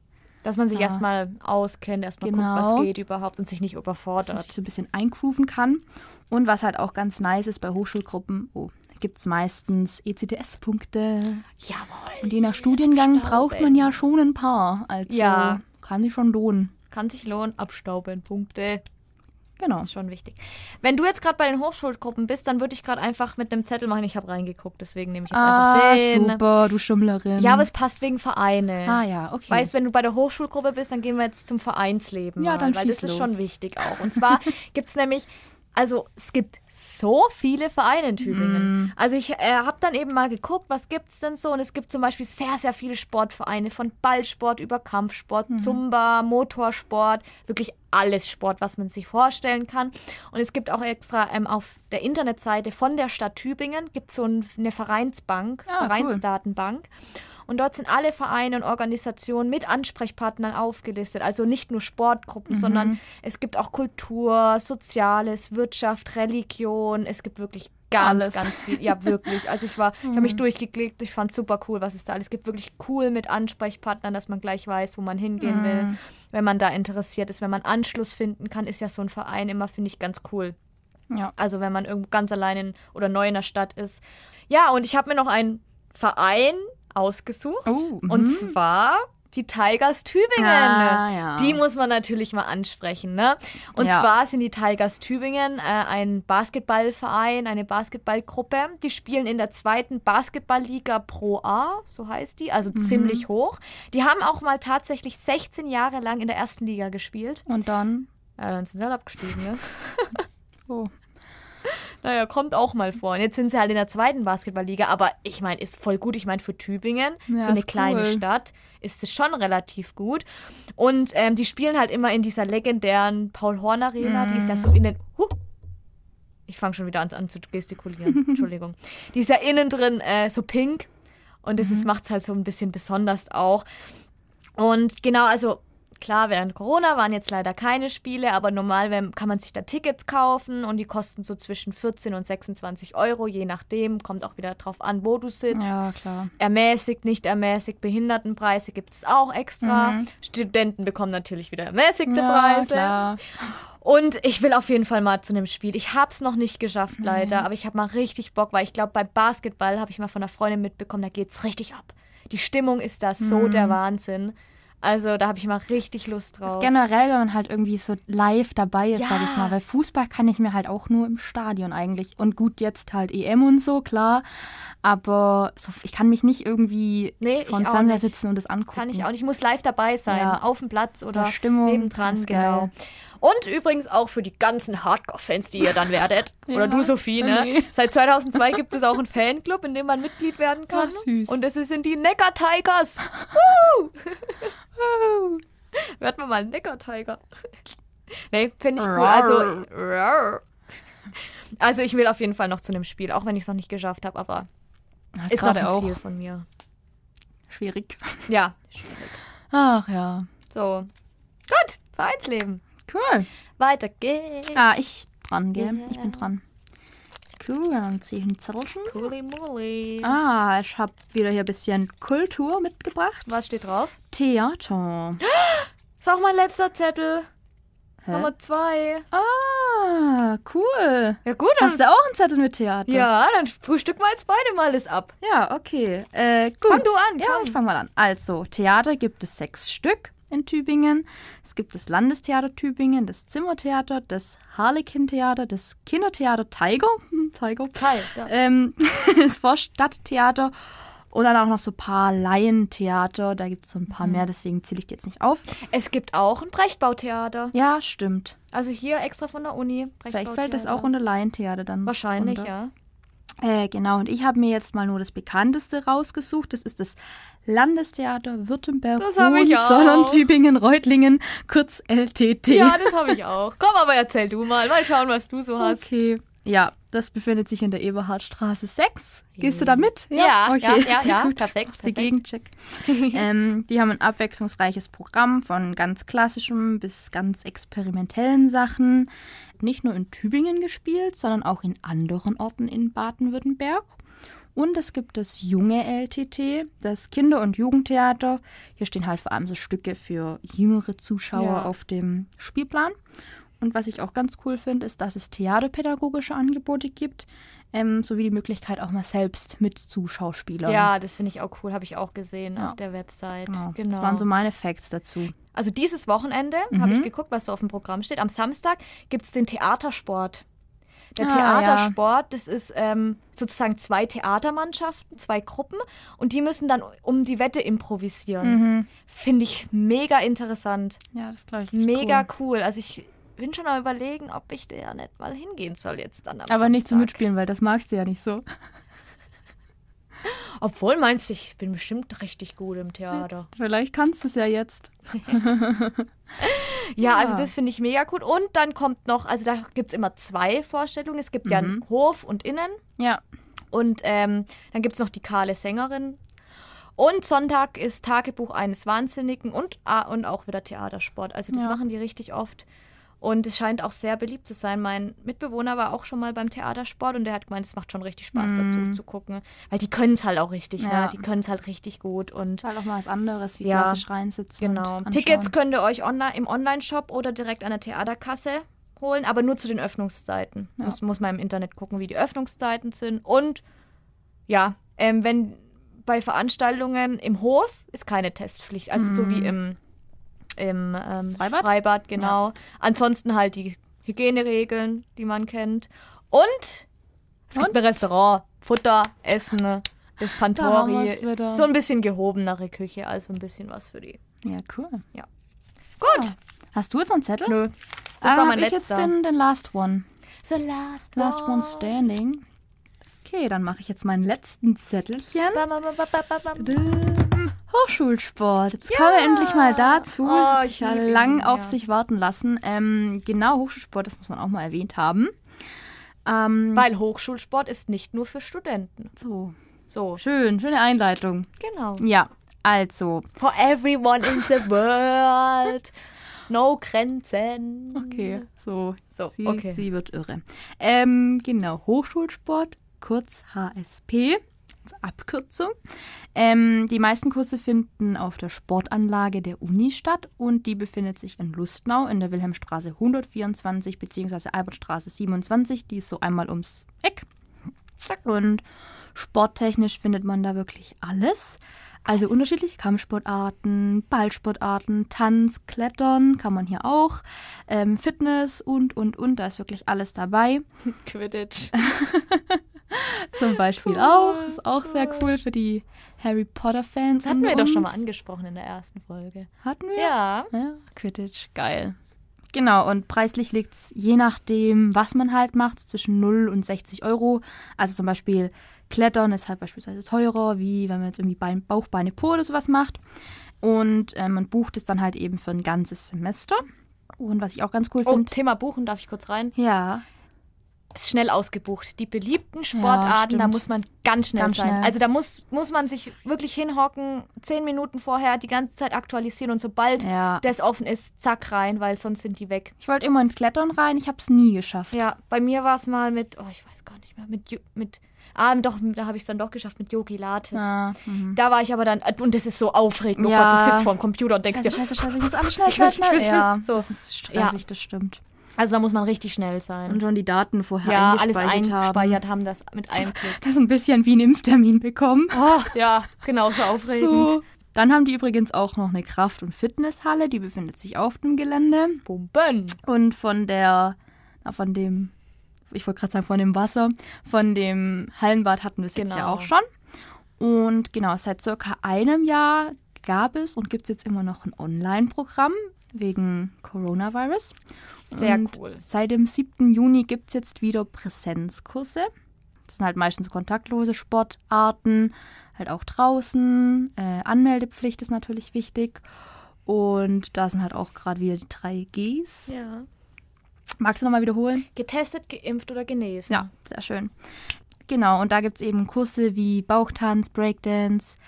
Dass man sich
Ja.
erstmal auskennt, erstmal guckt,
Genau.
was geht überhaupt und sich nicht
dass man sich
überfordert.
so ein bisschen eingrooven kann. Und was halt auch ganz nice ist bei Hochschulgruppen, oh, gibt es meistens E ECTS-Punkte.
Jawohl.
Und je nach Studiengang
Abstauben.
braucht man ja schon ein paar. Also
Ja.
kann sich schon lohnen.
Kann sich lohnen, abstauben, Punkte.
Genau.
Ist schon wichtig. Wenn du jetzt gerade bei den Hochschulgruppen bist, dann würde ich gerade einfach mit einem Zettel machen. Ich habe reingeguckt, deswegen nehme ich jetzt einfach
Ah,
den.
super, du Schummlerin.
Ja, aber es passt wegen Vereine.
Ah ja, okay.
Weißt, wenn du bei der Hochschulgruppe bist, dann gehen wir jetzt zum Vereinsleben.
Ja,
mal,
dann
Weil das
schieß los.
ist schon wichtig auch.
<laughs>
Und zwar gibt es nämlich, also es gibt so viele Vereine in Tübingen.
Mm.
Also ich äh, habe dann eben mal geguckt, was gibt es denn so. Und es gibt zum Beispiel sehr, sehr viele Sportvereine. Von Ballsport über Kampfsport,
Mhm.
Zumba, Motorsport. Wirklich alles Sport, was man sich vorstellen kann. Und es gibt auch extra ähm, auf der Internetseite von der Stadt Tübingen gibt es so ein, eine Vereinsbank,
Ah, cool.
Vereinsdatenbank. Und dort sind alle Vereine und Organisationen mit Ansprechpartnern aufgelistet. Also nicht nur Sportgruppen, sondern es gibt auch Kultur, Soziales, Wirtschaft, Religion. Es gibt wirklich ganz,
Alles.
ganz viel. Ja, wirklich. Also ich war, ich habe mich durchgeklickt. Ich fand super cool, was es da alles gibt. Wirklich cool mit Ansprechpartnern, dass man gleich weiß, wo man hingehen will, wenn man da interessiert ist, wenn man Anschluss finden kann, ist ja so ein Verein immer, finde ich, ganz cool.
ja.
Also wenn man irgendwo ganz allein in, oder neu in der Stadt ist. Ja, und ich habe mir noch einen Verein ausgesucht.
Oh, mhm.
und zwar die Tigers Tübingen.
Ah, ja.
Die muss man natürlich mal ansprechen. Ne? Und
Ja.
zwar sind die Tigers Tübingen äh, ein Basketballverein, eine Basketballgruppe. Die spielen in der zweiten Basketballliga Pro A, so heißt die,
Mhm.
also ziemlich hoch. Die haben auch mal tatsächlich 16 Jahre lang in der ersten Liga gespielt.
Und dann.
Ja, dann sind sie halt abgestiegen. Ne?
Oh.
Naja, kommt auch mal vor. Und jetzt sind sie halt in der zweiten Basketballliga, aber ich meine, ist voll gut. Ich meine, für Tübingen,
Ja,
für eine
ist
kleine
cool.
Stadt, ist es schon relativ gut. Und ähm, die spielen halt immer in dieser legendären Paul-Horn-Arena, die
Mhm.
ist ja so innen. Huh, ich fange schon wieder an, an zu
<laughs>
gestikulieren. Entschuldigung. Die ist ja innen drin äh, so pink. Und
Mhm.
das macht es halt so ein bisschen besonders auch. Und genau, also klar, während Corona waren jetzt leider keine Spiele, aber normal wenn, kann man sich da Tickets kaufen und die kosten so zwischen 14 und 26 Euro, je nachdem. Kommt auch wieder drauf an, wo du sitzt.
Ja, klar.
Ermäßigt, nicht ermäßigt, Behindertenpreise gibt es auch extra. Studenten bekommen natürlich wieder ermäßigte
Mhm. Ja,
Preise.
klar.
Und ich will auf jeden Fall mal zu einem Spiel. Ich habe es noch nicht geschafft, leider, aber ich habe mal richtig Bock, weil ich glaube, beim Basketball habe ich mal von einer Freundin mitbekommen, da geht's richtig ab. Die Stimmung ist da so der Wahnsinn. Also da habe ich mal richtig Lust
Ist
drauf.
generell, wenn man halt irgendwie so live dabei ist,
Ja.
sag ich mal. Weil Fußball kann ich mir halt auch nur im Stadion eigentlich. Und gut, jetzt halt EM und so, klar. Aber so, ich kann mich nicht irgendwie
Nee, ich
vor dem
auch
Fernseher
nicht.
sitzen und das angucken.
Kann ich auch nicht. Ich muss live dabei sein.
Mhm. Ja.
Auf dem Platz oder
Der Stimmung,
nebendran.
alles
Genau.
geil.
Und übrigens auch für die ganzen Hardcore-Fans, die ihr dann
<laughs>
werdet. Oder du, Sophie, ne?
Nee.
Seit 2002 gibt es auch einen Fanclub, in dem man Mitglied werden kann.
Ach, süß.
Und es sind die
<laughs>
Neckar Tigers. Woo! Werden wir mal einen Neckar Tiger. Nee, finde ich cool. Also, rar. also ich will auf jeden Fall noch zu einem Spiel, auch wenn ich es noch nicht geschafft habe, aber
Hat
ist noch
gerade
ein
auch
Ziel von mir.
schwierig. <laughs>
Ja.
Ach ja.
So. Gut, Vereinsleben.
Cool.
Weiter geht's.
Ah, ich dran, gell? Ich bin dran. Cool, dann ziehe ich ein Zettelchen.
Coolie Mooli.
Ah, ich habe wieder hier ein bisschen Kultur mitgebracht.
Was steht drauf?
Theater.
Ist auch mein letzter Zettel.
Hä?
Nummer zwei.
Ah, cool.
Ja gut, dann,
Hast du auch einen Zettel mit Theater?
ja, dann frühstücken wir jetzt beide mal das ab.
Ja, okay. Äh, gut.
Fang du an,
Ja,
komm.
ich fange mal an. Also, Theater gibt es sechs Stück in Tübingen. Es gibt das Landestheater Tübingen, das Zimmertheater, das Harlequin-Theater, das Kindertheater Tiger. Hm, Tiger.
Tiger.
Ähm, <laughs> das Vorstadttheater und dann auch noch so ein paar Laientheater. Da gibt es so ein
Mhm.
paar mehr, deswegen zähle ich die jetzt nicht auf.
Es gibt auch ein Brechtbautheater.
Ja, stimmt.
Also hier extra von der Uni.
Vielleicht fällt das
Brechtbautheater.
auch unter Laientheater dann.
Wahrscheinlich,
unter.
ja.
Äh, genau, und ich habe mir jetzt mal nur das bekannteste rausgesucht. Das ist das Landestheater Württemberg,
Das hab ich auch.
Sollern, Tübingen, Reutlingen, kurz LTT.
Ja, das habe ich auch. Komm, aber erzähl du mal. Mal schauen, was du so hast.
okay. Ja, das befindet sich in der Eberhardstraße 6. Gehst du da mit?
Ja, ja,
okay.
ja,
sehr
ja,
gut.
perfekt,
Hast die
perfekt.
Gegend check.
<laughs>
ähm, die haben ein abwechslungsreiches Programm von ganz klassischem bis ganz experimentellen Sachen. Nicht nur in Tübingen gespielt, sondern auch in anderen Orten in Baden-Württemberg. Und es gibt das junge LTT, das Kinder- und Jugendtheater. Hier stehen halt vor allem so Stücke für jüngere Zuschauer
Ja.
auf dem Spielplan. Und was ich auch ganz cool finde, ist, dass es theaterpädagogische Angebote gibt, ähm, sowie die Möglichkeit auch mal selbst mit Zuschauspielern.
Ja, das finde ich auch cool. Habe ich auch gesehen
Ja.
auf der Website.
Genau.
Genau.
Das waren so meine Facts dazu.
Also dieses Wochenende habe ich geguckt, was so auf dem Programm steht. Am Samstag gibt es den Theatersport. Der
Ah,
Theatersport, das ist ähm, sozusagen zwei Theatermannschaften, zwei Gruppen und die müssen dann um die Wette improvisieren. Finde ich mega interessant,
Ja, das glaube ich.
mega cool. Also ich bin schon am überlegen, ob ich da nicht mal hingehen soll jetzt dann am
Aber nicht zum
Samstag.
Mitspielen, weil das magst du ja nicht so.
Obwohl meinst du, ich bin bestimmt richtig gut im Theater.
Vielleicht kannst du es ja jetzt.
Ja,
Ja.
also das finde ich mega gut. Und dann kommt noch, also da gibt es immer zwei Vorstellungen. Es gibt ja einen Hof und Innen.
Ja.
Und ähm, dann gibt es noch die kahle Sängerin. Und Sonntag ist Tagebuch eines Wahnsinnigen und, ah, und auch wieder Theatersport. Also das
Ja.
machen die richtig oft. Und es scheint auch sehr beliebt zu sein. Mein Mitbewohner war auch schon mal beim Theatersport und der hat gemeint, es macht schon richtig Spaß dazu zu gucken. Weil die können es halt auch richtig, ne?
Mhm. Ja.
Die können es halt richtig gut. Und
Ist halt auch mal was anderes, wie
Ja.
klassisch reinsitzen.
Genau.
Und
Tickets
anschauen.
könnt ihr euch online, im Online-Shop oder direkt an der Theaterkasse holen, aber nur zu den Öffnungszeiten.
Ja.
Muss, muss man im Internet gucken, wie die Öffnungszeiten sind. Und ja, ähm, wenn bei Veranstaltungen im Hof ist keine Testpflicht, also so wie im, im ähm,
Mm. Freibad?
genau. Ansonsten halt die Hygieneregeln, die man kennt. Und es gibt
Und?
ein Restaurant, Futter, Essen, das
haben
Pantori.
wir's wieder.
So ein bisschen gehobenere Küche, also ein bisschen was für die
Ja, cool.
Gut.
Hast du jetzt noch einen Zettel? Ah,
Nö. Das
dann
war
hab
mein
ich
letzter.
jetzt den, den Last One.
The last,
Last One Standing. Okay, dann mache ich jetzt meinen letzten Zettelchen.
Bam, bam, bam, bam, bam, bam.
Hochschulsport. Jetzt kommen wir endlich mal dazu.
Oh,
das hat
ich
sich ja
liebe ihn,
lang auf
ja.
sich warten lassen. Ähm, genau, Hochschulsport, das muss man auch mal erwähnt haben. Ähm,
Weil Hochschulsport ist nicht nur für Studenten.
so,
So,
schön, schöne Einleitung.
genau.
Ja, also,
For everyone in the world. No Grenzen.
okay, so,
So,
sie,
okay.
sie wird irre. Ähm, genau, Hochschulsport, kurz HSP, als Abkürzung. Ähm, die meisten Kurse finden auf der Sportanlage der Uni statt und die befindet sich in Lustnau in der Wilhelmstraße 124 bzw. Albertstraße 27, die ist so einmal ums Eck. Und Sporttechnisch findet man da wirklich alles. Also unterschiedliche Kampfsportarten, Ballsportarten, Tanz, Klettern kann man hier auch, ähm, Fitness und, und, und. Da ist wirklich alles dabei.
<laughs> Quidditch.
Zum Beispiel
<laughs> Cool,
auch. Ist auch sehr
cool.
cool für die Harry Potter-Fans.
Das hatten
unter
wir doch schon mal
uns.
angesprochen in der ersten Folge.
Hatten wir?
Ja.
Ja, Quidditch, geil. Genau, und preislich liegt es je nachdem, was man halt macht, zwischen 0 und 60 Euro. Also zum Beispiel Klettern ist halt beispielsweise teurer, wie wenn man jetzt irgendwie Bein, Bauch, Beine, Po oder sowas macht. Und ähm, man bucht es dann halt eben für ein ganzes Semester. Und was ich auch ganz cool
Oh,
finde.
Thema Buchen darf ich kurz rein.
Ja,
Ist schnell ausgebucht. Die beliebten Sportarten, da
stimmt.
muss man ganz schnell
Ganz
sein.
schnell.
Also da muss, muss man sich wirklich hinhocken, zehn Minuten vorher, die ganze Zeit aktualisieren und sobald
ja.
das offen ist, zack rein, weil sonst sind die weg.
Ich wollte immer in Klettern rein, ich habe es nie geschafft.
Ja, bei mir war es mal mit, oh, ich weiß gar nicht mehr, mit, Yo- mit ah, doch, da habe ich es dann doch geschafft, mit Yogi Lattes.
Ah, mhm.
Da war ich aber dann, und das ist so aufregend. Oh
Ja.
Gott, du sitzt vorm Computer und denkst
Scheiße,
dir,
Also scheiße, scheiße, ich muss alles
<laughs>
schnell, schnell, schnell. Ja,
So.
das ist stressig, das stimmt.
also da muss man richtig schnell sein.
Und schon die Daten vorher
ja, alles
eingespeichert haben.
eingespeichert haben, das mit einem Klick.
Das ist ein bisschen wie ein Impftermin bekommen.
Oh, ja, genau, so aufregend.
Dann haben die übrigens auch noch eine Kraft- und Fitnesshalle, die befindet sich auf dem Gelände.
Bumpen.
Und von der, na, von dem, ich wollte gerade sagen, von dem Wasser, von dem Hallenbad hatten wir es jetzt ja
Genau.
auch schon. Und genau, seit circa einem Jahr gab es und gibt es jetzt immer noch ein Online-Programm wegen Coronavirus.
Sehr
und
cool.
Seit dem 7. Juni gibt es jetzt wieder Präsenzkurse. Das sind halt meistens kontaktlose Sportarten, halt auch draußen. Äh, Anmeldepflicht ist natürlich wichtig. Und da sind halt auch gerade wieder die 3Gs.
Ja.
Magst du nochmal wiederholen?
Getestet, geimpft oder genesen.
Ja, sehr schön. Genau, und da gibt es eben Kurse wie Bauchtanz, Breakdance,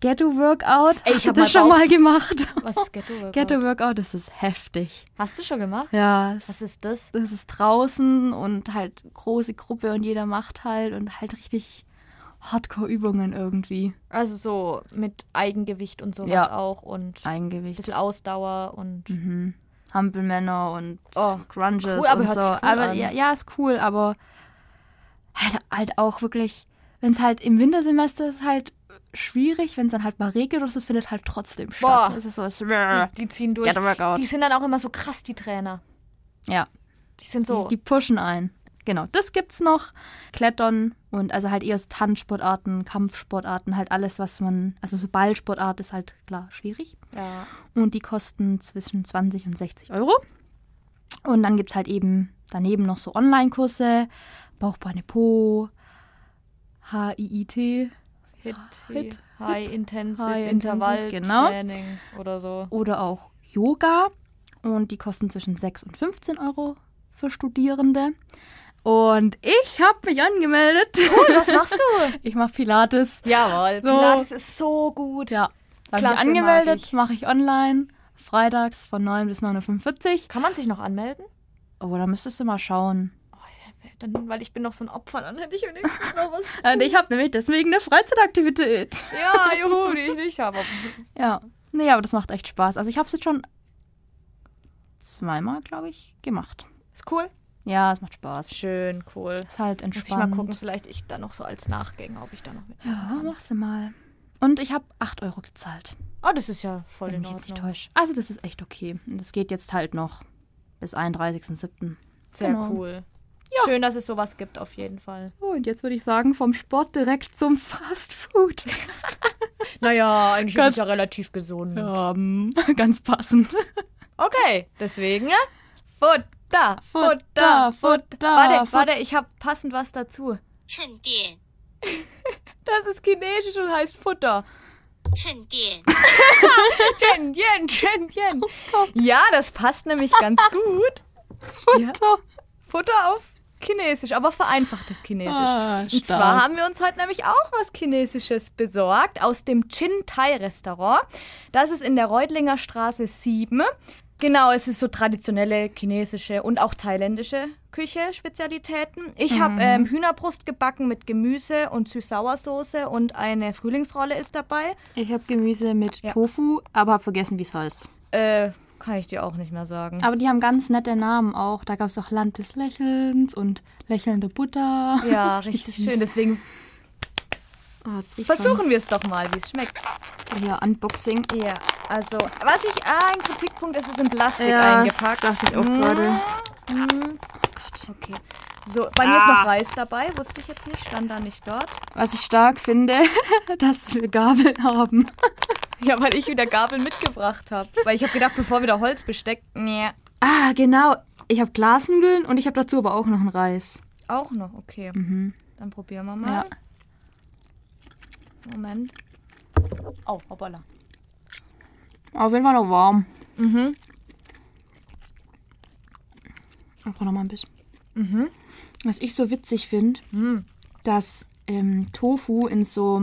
Ghetto-Workout.
Ey, ich
Hast
hab
du das
mal
schon
Bauch- Oh
mal gemacht?
Was ist <laughs> Ghetto Workout?
Ghetto-Workout, das ist heftig.
Hast du schon gemacht?
Ja,
Was
es,
ist das?
es ist draußen und halt große Gruppe und jeder macht halt und halt richtig Hardcore-Übungen irgendwie.
Also so mit Eigengewicht und sowas
Ja.
auch und ein Mhm.
Eigengewicht.
bisschen Ausdauer und
Hampelmänner und
Oh,
Grunges
cool, aber
und
hört
so.
sich cool
aber
an.
ja, ja, ist cool, aber halt, halt auch wirklich, wenn es halt im Wintersemester ist, halt schwierig, wenn es dann halt mal regnet und so, es findet halt trotzdem statt.
Boah.
Es ist so, es
die, die ziehen durch.
Get a workout.
Die sind dann auch immer so krass, die Trainer.
ja,
Die sind so.
die, die pushen ein. Genau, das gibt's noch. Klettern und also halt eher so Tanzsportarten, Kampfsportarten, halt alles, was man, also so Ballsportart ist halt klar schwierig.
ja.
Und die kosten zwischen 20 und 60 Euro. Und dann gibt es halt eben daneben noch so Online-Kurse, Bauch, Beine, Po, HIIT
Hit,
Hit,
High Intensive
High
Intervall
Intensive, genau.
Training oder <laughs> so.
oder auch Yoga. Und die kosten zwischen 6 und 15 Euro für Studierende. Und ich habe mich angemeldet. <laughs>
Oh, Was machst du?
Ich mache Pilates.
Jawohl,
So.
Pilates ist so gut.
Ja, habe mich
Klasse, mag
angemeldet,
ich.
mache ich online. Freitags von 9 bis 9.45
Kann man sich noch anmelden?
Uhr. Oh, da müsstest du mal schauen.
Dann, weil ich bin noch so ein Opfer, dann hätte ich wenigstens noch was.
Und Äh, ich habe nämlich deswegen eine Freizeitaktivität.
<laughs> Ja, juhu, die ich nicht habe.
Ja. Nee, aber das macht echt Spaß. Also ich habe es jetzt schon zweimal, glaube ich, gemacht.
Ist cool.
Ja, es macht Spaß.
Schön, cool.
Ist halt
Muss ich
entspannt.
mal gucken, vielleicht ich da noch so als Nachgänger, ob ich da noch mit.
Ja, machst du mal. Und ich habe 8 Euro gezahlt,
Oh, das ist ja voll
wenn
in
ich jetzt nicht
Ordnung.
täusche. Also das ist echt okay. Und das geht jetzt halt noch bis 31.07.
Sehr
Genau.
cool. Schön, dass es sowas gibt, auf jeden Fall.
So, Oh, und jetzt würde ich sagen, vom Sport direkt zum Fast Food.
Naja, eigentlich
Ganz-
ja relativ gesund.
Ähm, <laughs> ganz passend.
Okay, deswegen, ne? Futter,
Futter,
Futter,
Futter,
Futter. Warte,
Fut-
warte, ich habe passend was dazu.
衬垫，
Das ist chinesisch und heißt <laughs> Futter.
衬垫，
Chen Yen, Chen Yen. Ja, das passt <laughs> nämlich ganz gut. Ja. Futter auf Chinesisch, aber vereinfachtes Chinesisch.
Ah,
und zwar
stark.
haben wir uns heute nämlich auch was Chinesisches besorgt aus dem Chin Thai Restaurant. Das ist in der Reutlinger Straße 7. Genau, es ist so traditionelle chinesische und auch thailändische Küche Spezialitäten. Ich
Mhm.
habe ähm, Hühnerbrust gebacken mit Gemüse und Süß-Sauersoße und eine Frühlingsrolle ist dabei.
Ich habe Gemüse mit
Ja.
Tofu, aber habe vergessen, wie es heißt.
Äh, kann ich dir auch nicht mehr sagen.
Aber die haben ganz nette Namen auch. Da gab es auch Land des Lächelns und lächelnde Butter. <laughs>
Ja, richtig,
Ah, süß.
schön. Deswegen
Oh, das riecht
Versuchen wir es doch mal, wie es schmeckt.
Schon, ja, Unboxing.
Ja, also, was ich, ah, ein Kritikpunkt ist, es ist in Plastik
Ja, das
eingepackt.
dachte ich auch
Mm.
gerade.
Okay. So, bei mir ist noch Reis dabei, wusste ich jetzt nicht, stand da nicht dort.
Was ich stark finde, <laughs> dass wir Gabeln haben.
<laughs> Ja, weil ich wieder Gabeln mitgebracht habe. Weil ich habe gedacht, bevor wieder Holz besteckt, nee.
Ah, genau. Ich habe Glasnudeln und ich habe dazu aber auch noch einen Reis.
Auch noch, okay. Dann probieren wir
Ja.
mal. Moment. Oh, hoppala.
Auf jeden Fall noch warm. Mhm. Ich brauche noch mal ein bisschen. Mhm. Was ich so witzig finde, dass ähm, Tofu in so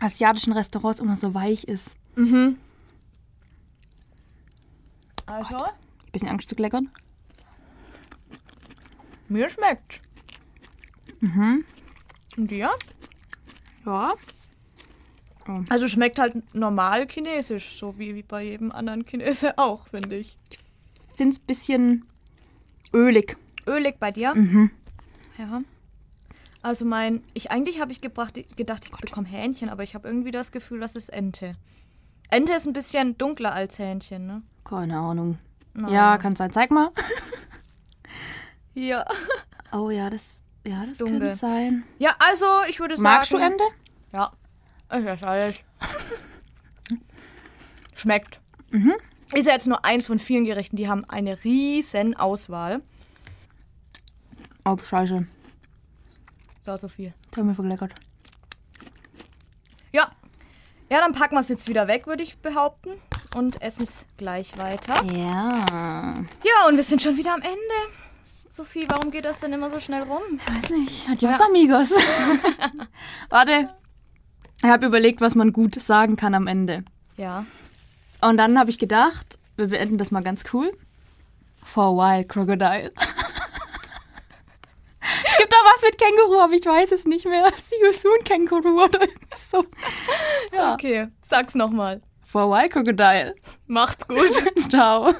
asiatischen Restaurants immer so weich ist.
Also,
Ein bisschen Angst zu kleckern.
mir schmeckt. Mhm. Und dir?
Ja. Oh.
Also schmeckt halt normal chinesisch, so wie, wie bei jedem anderen Chinese <laughs> auch, finde ich.
Finde es ein bisschen ölig.
Ölig bei dir? Mhm. Ja. Also mein, ich eigentlich habe ich gebracht, gedacht, ich bekomme Hähnchen, aber ich habe irgendwie das Gefühl, das ist Ente. Ente ist ein bisschen dunkler als Hähnchen, ne?
Keine Ahnung. Ja, kann sein. Zeig mal.
Ja.
Oh ja, das, ja, das
dunkel.
kann sein.
Ja, also ich würde sagen.
Magst du Ende?
Ja. Ich esse alles. Schmeckt. Mhm. Ist ja jetzt nur eins von vielen Gerichten, die haben eine riesen Auswahl.
Oh, scheiße.
So, so also viel.
Da haben wir verkleckert.
Ja. Ja, dann packen wir es jetzt wieder weg, würde ich behaupten. Und essen es gleich weiter.
Ja.
Ja, und wir sind schon wieder am Ende. Sophie, warum geht das denn immer so schnell rum?
Weiß nicht. Adios, amigos. Warte. Ich habe überlegt, was man gut sagen kann am Ende.
Ja.
Und dann habe ich gedacht, wir beenden das mal ganz cool. For a while, Crocodile. <laughs> es gibt da was mit Känguru, aber ich weiß es nicht mehr. See you soon, Känguru oder irgendwie so. Ja.
Okay, sag's nochmal.
For a while, Crocodile. <laughs>
Macht's gut.
Ciao.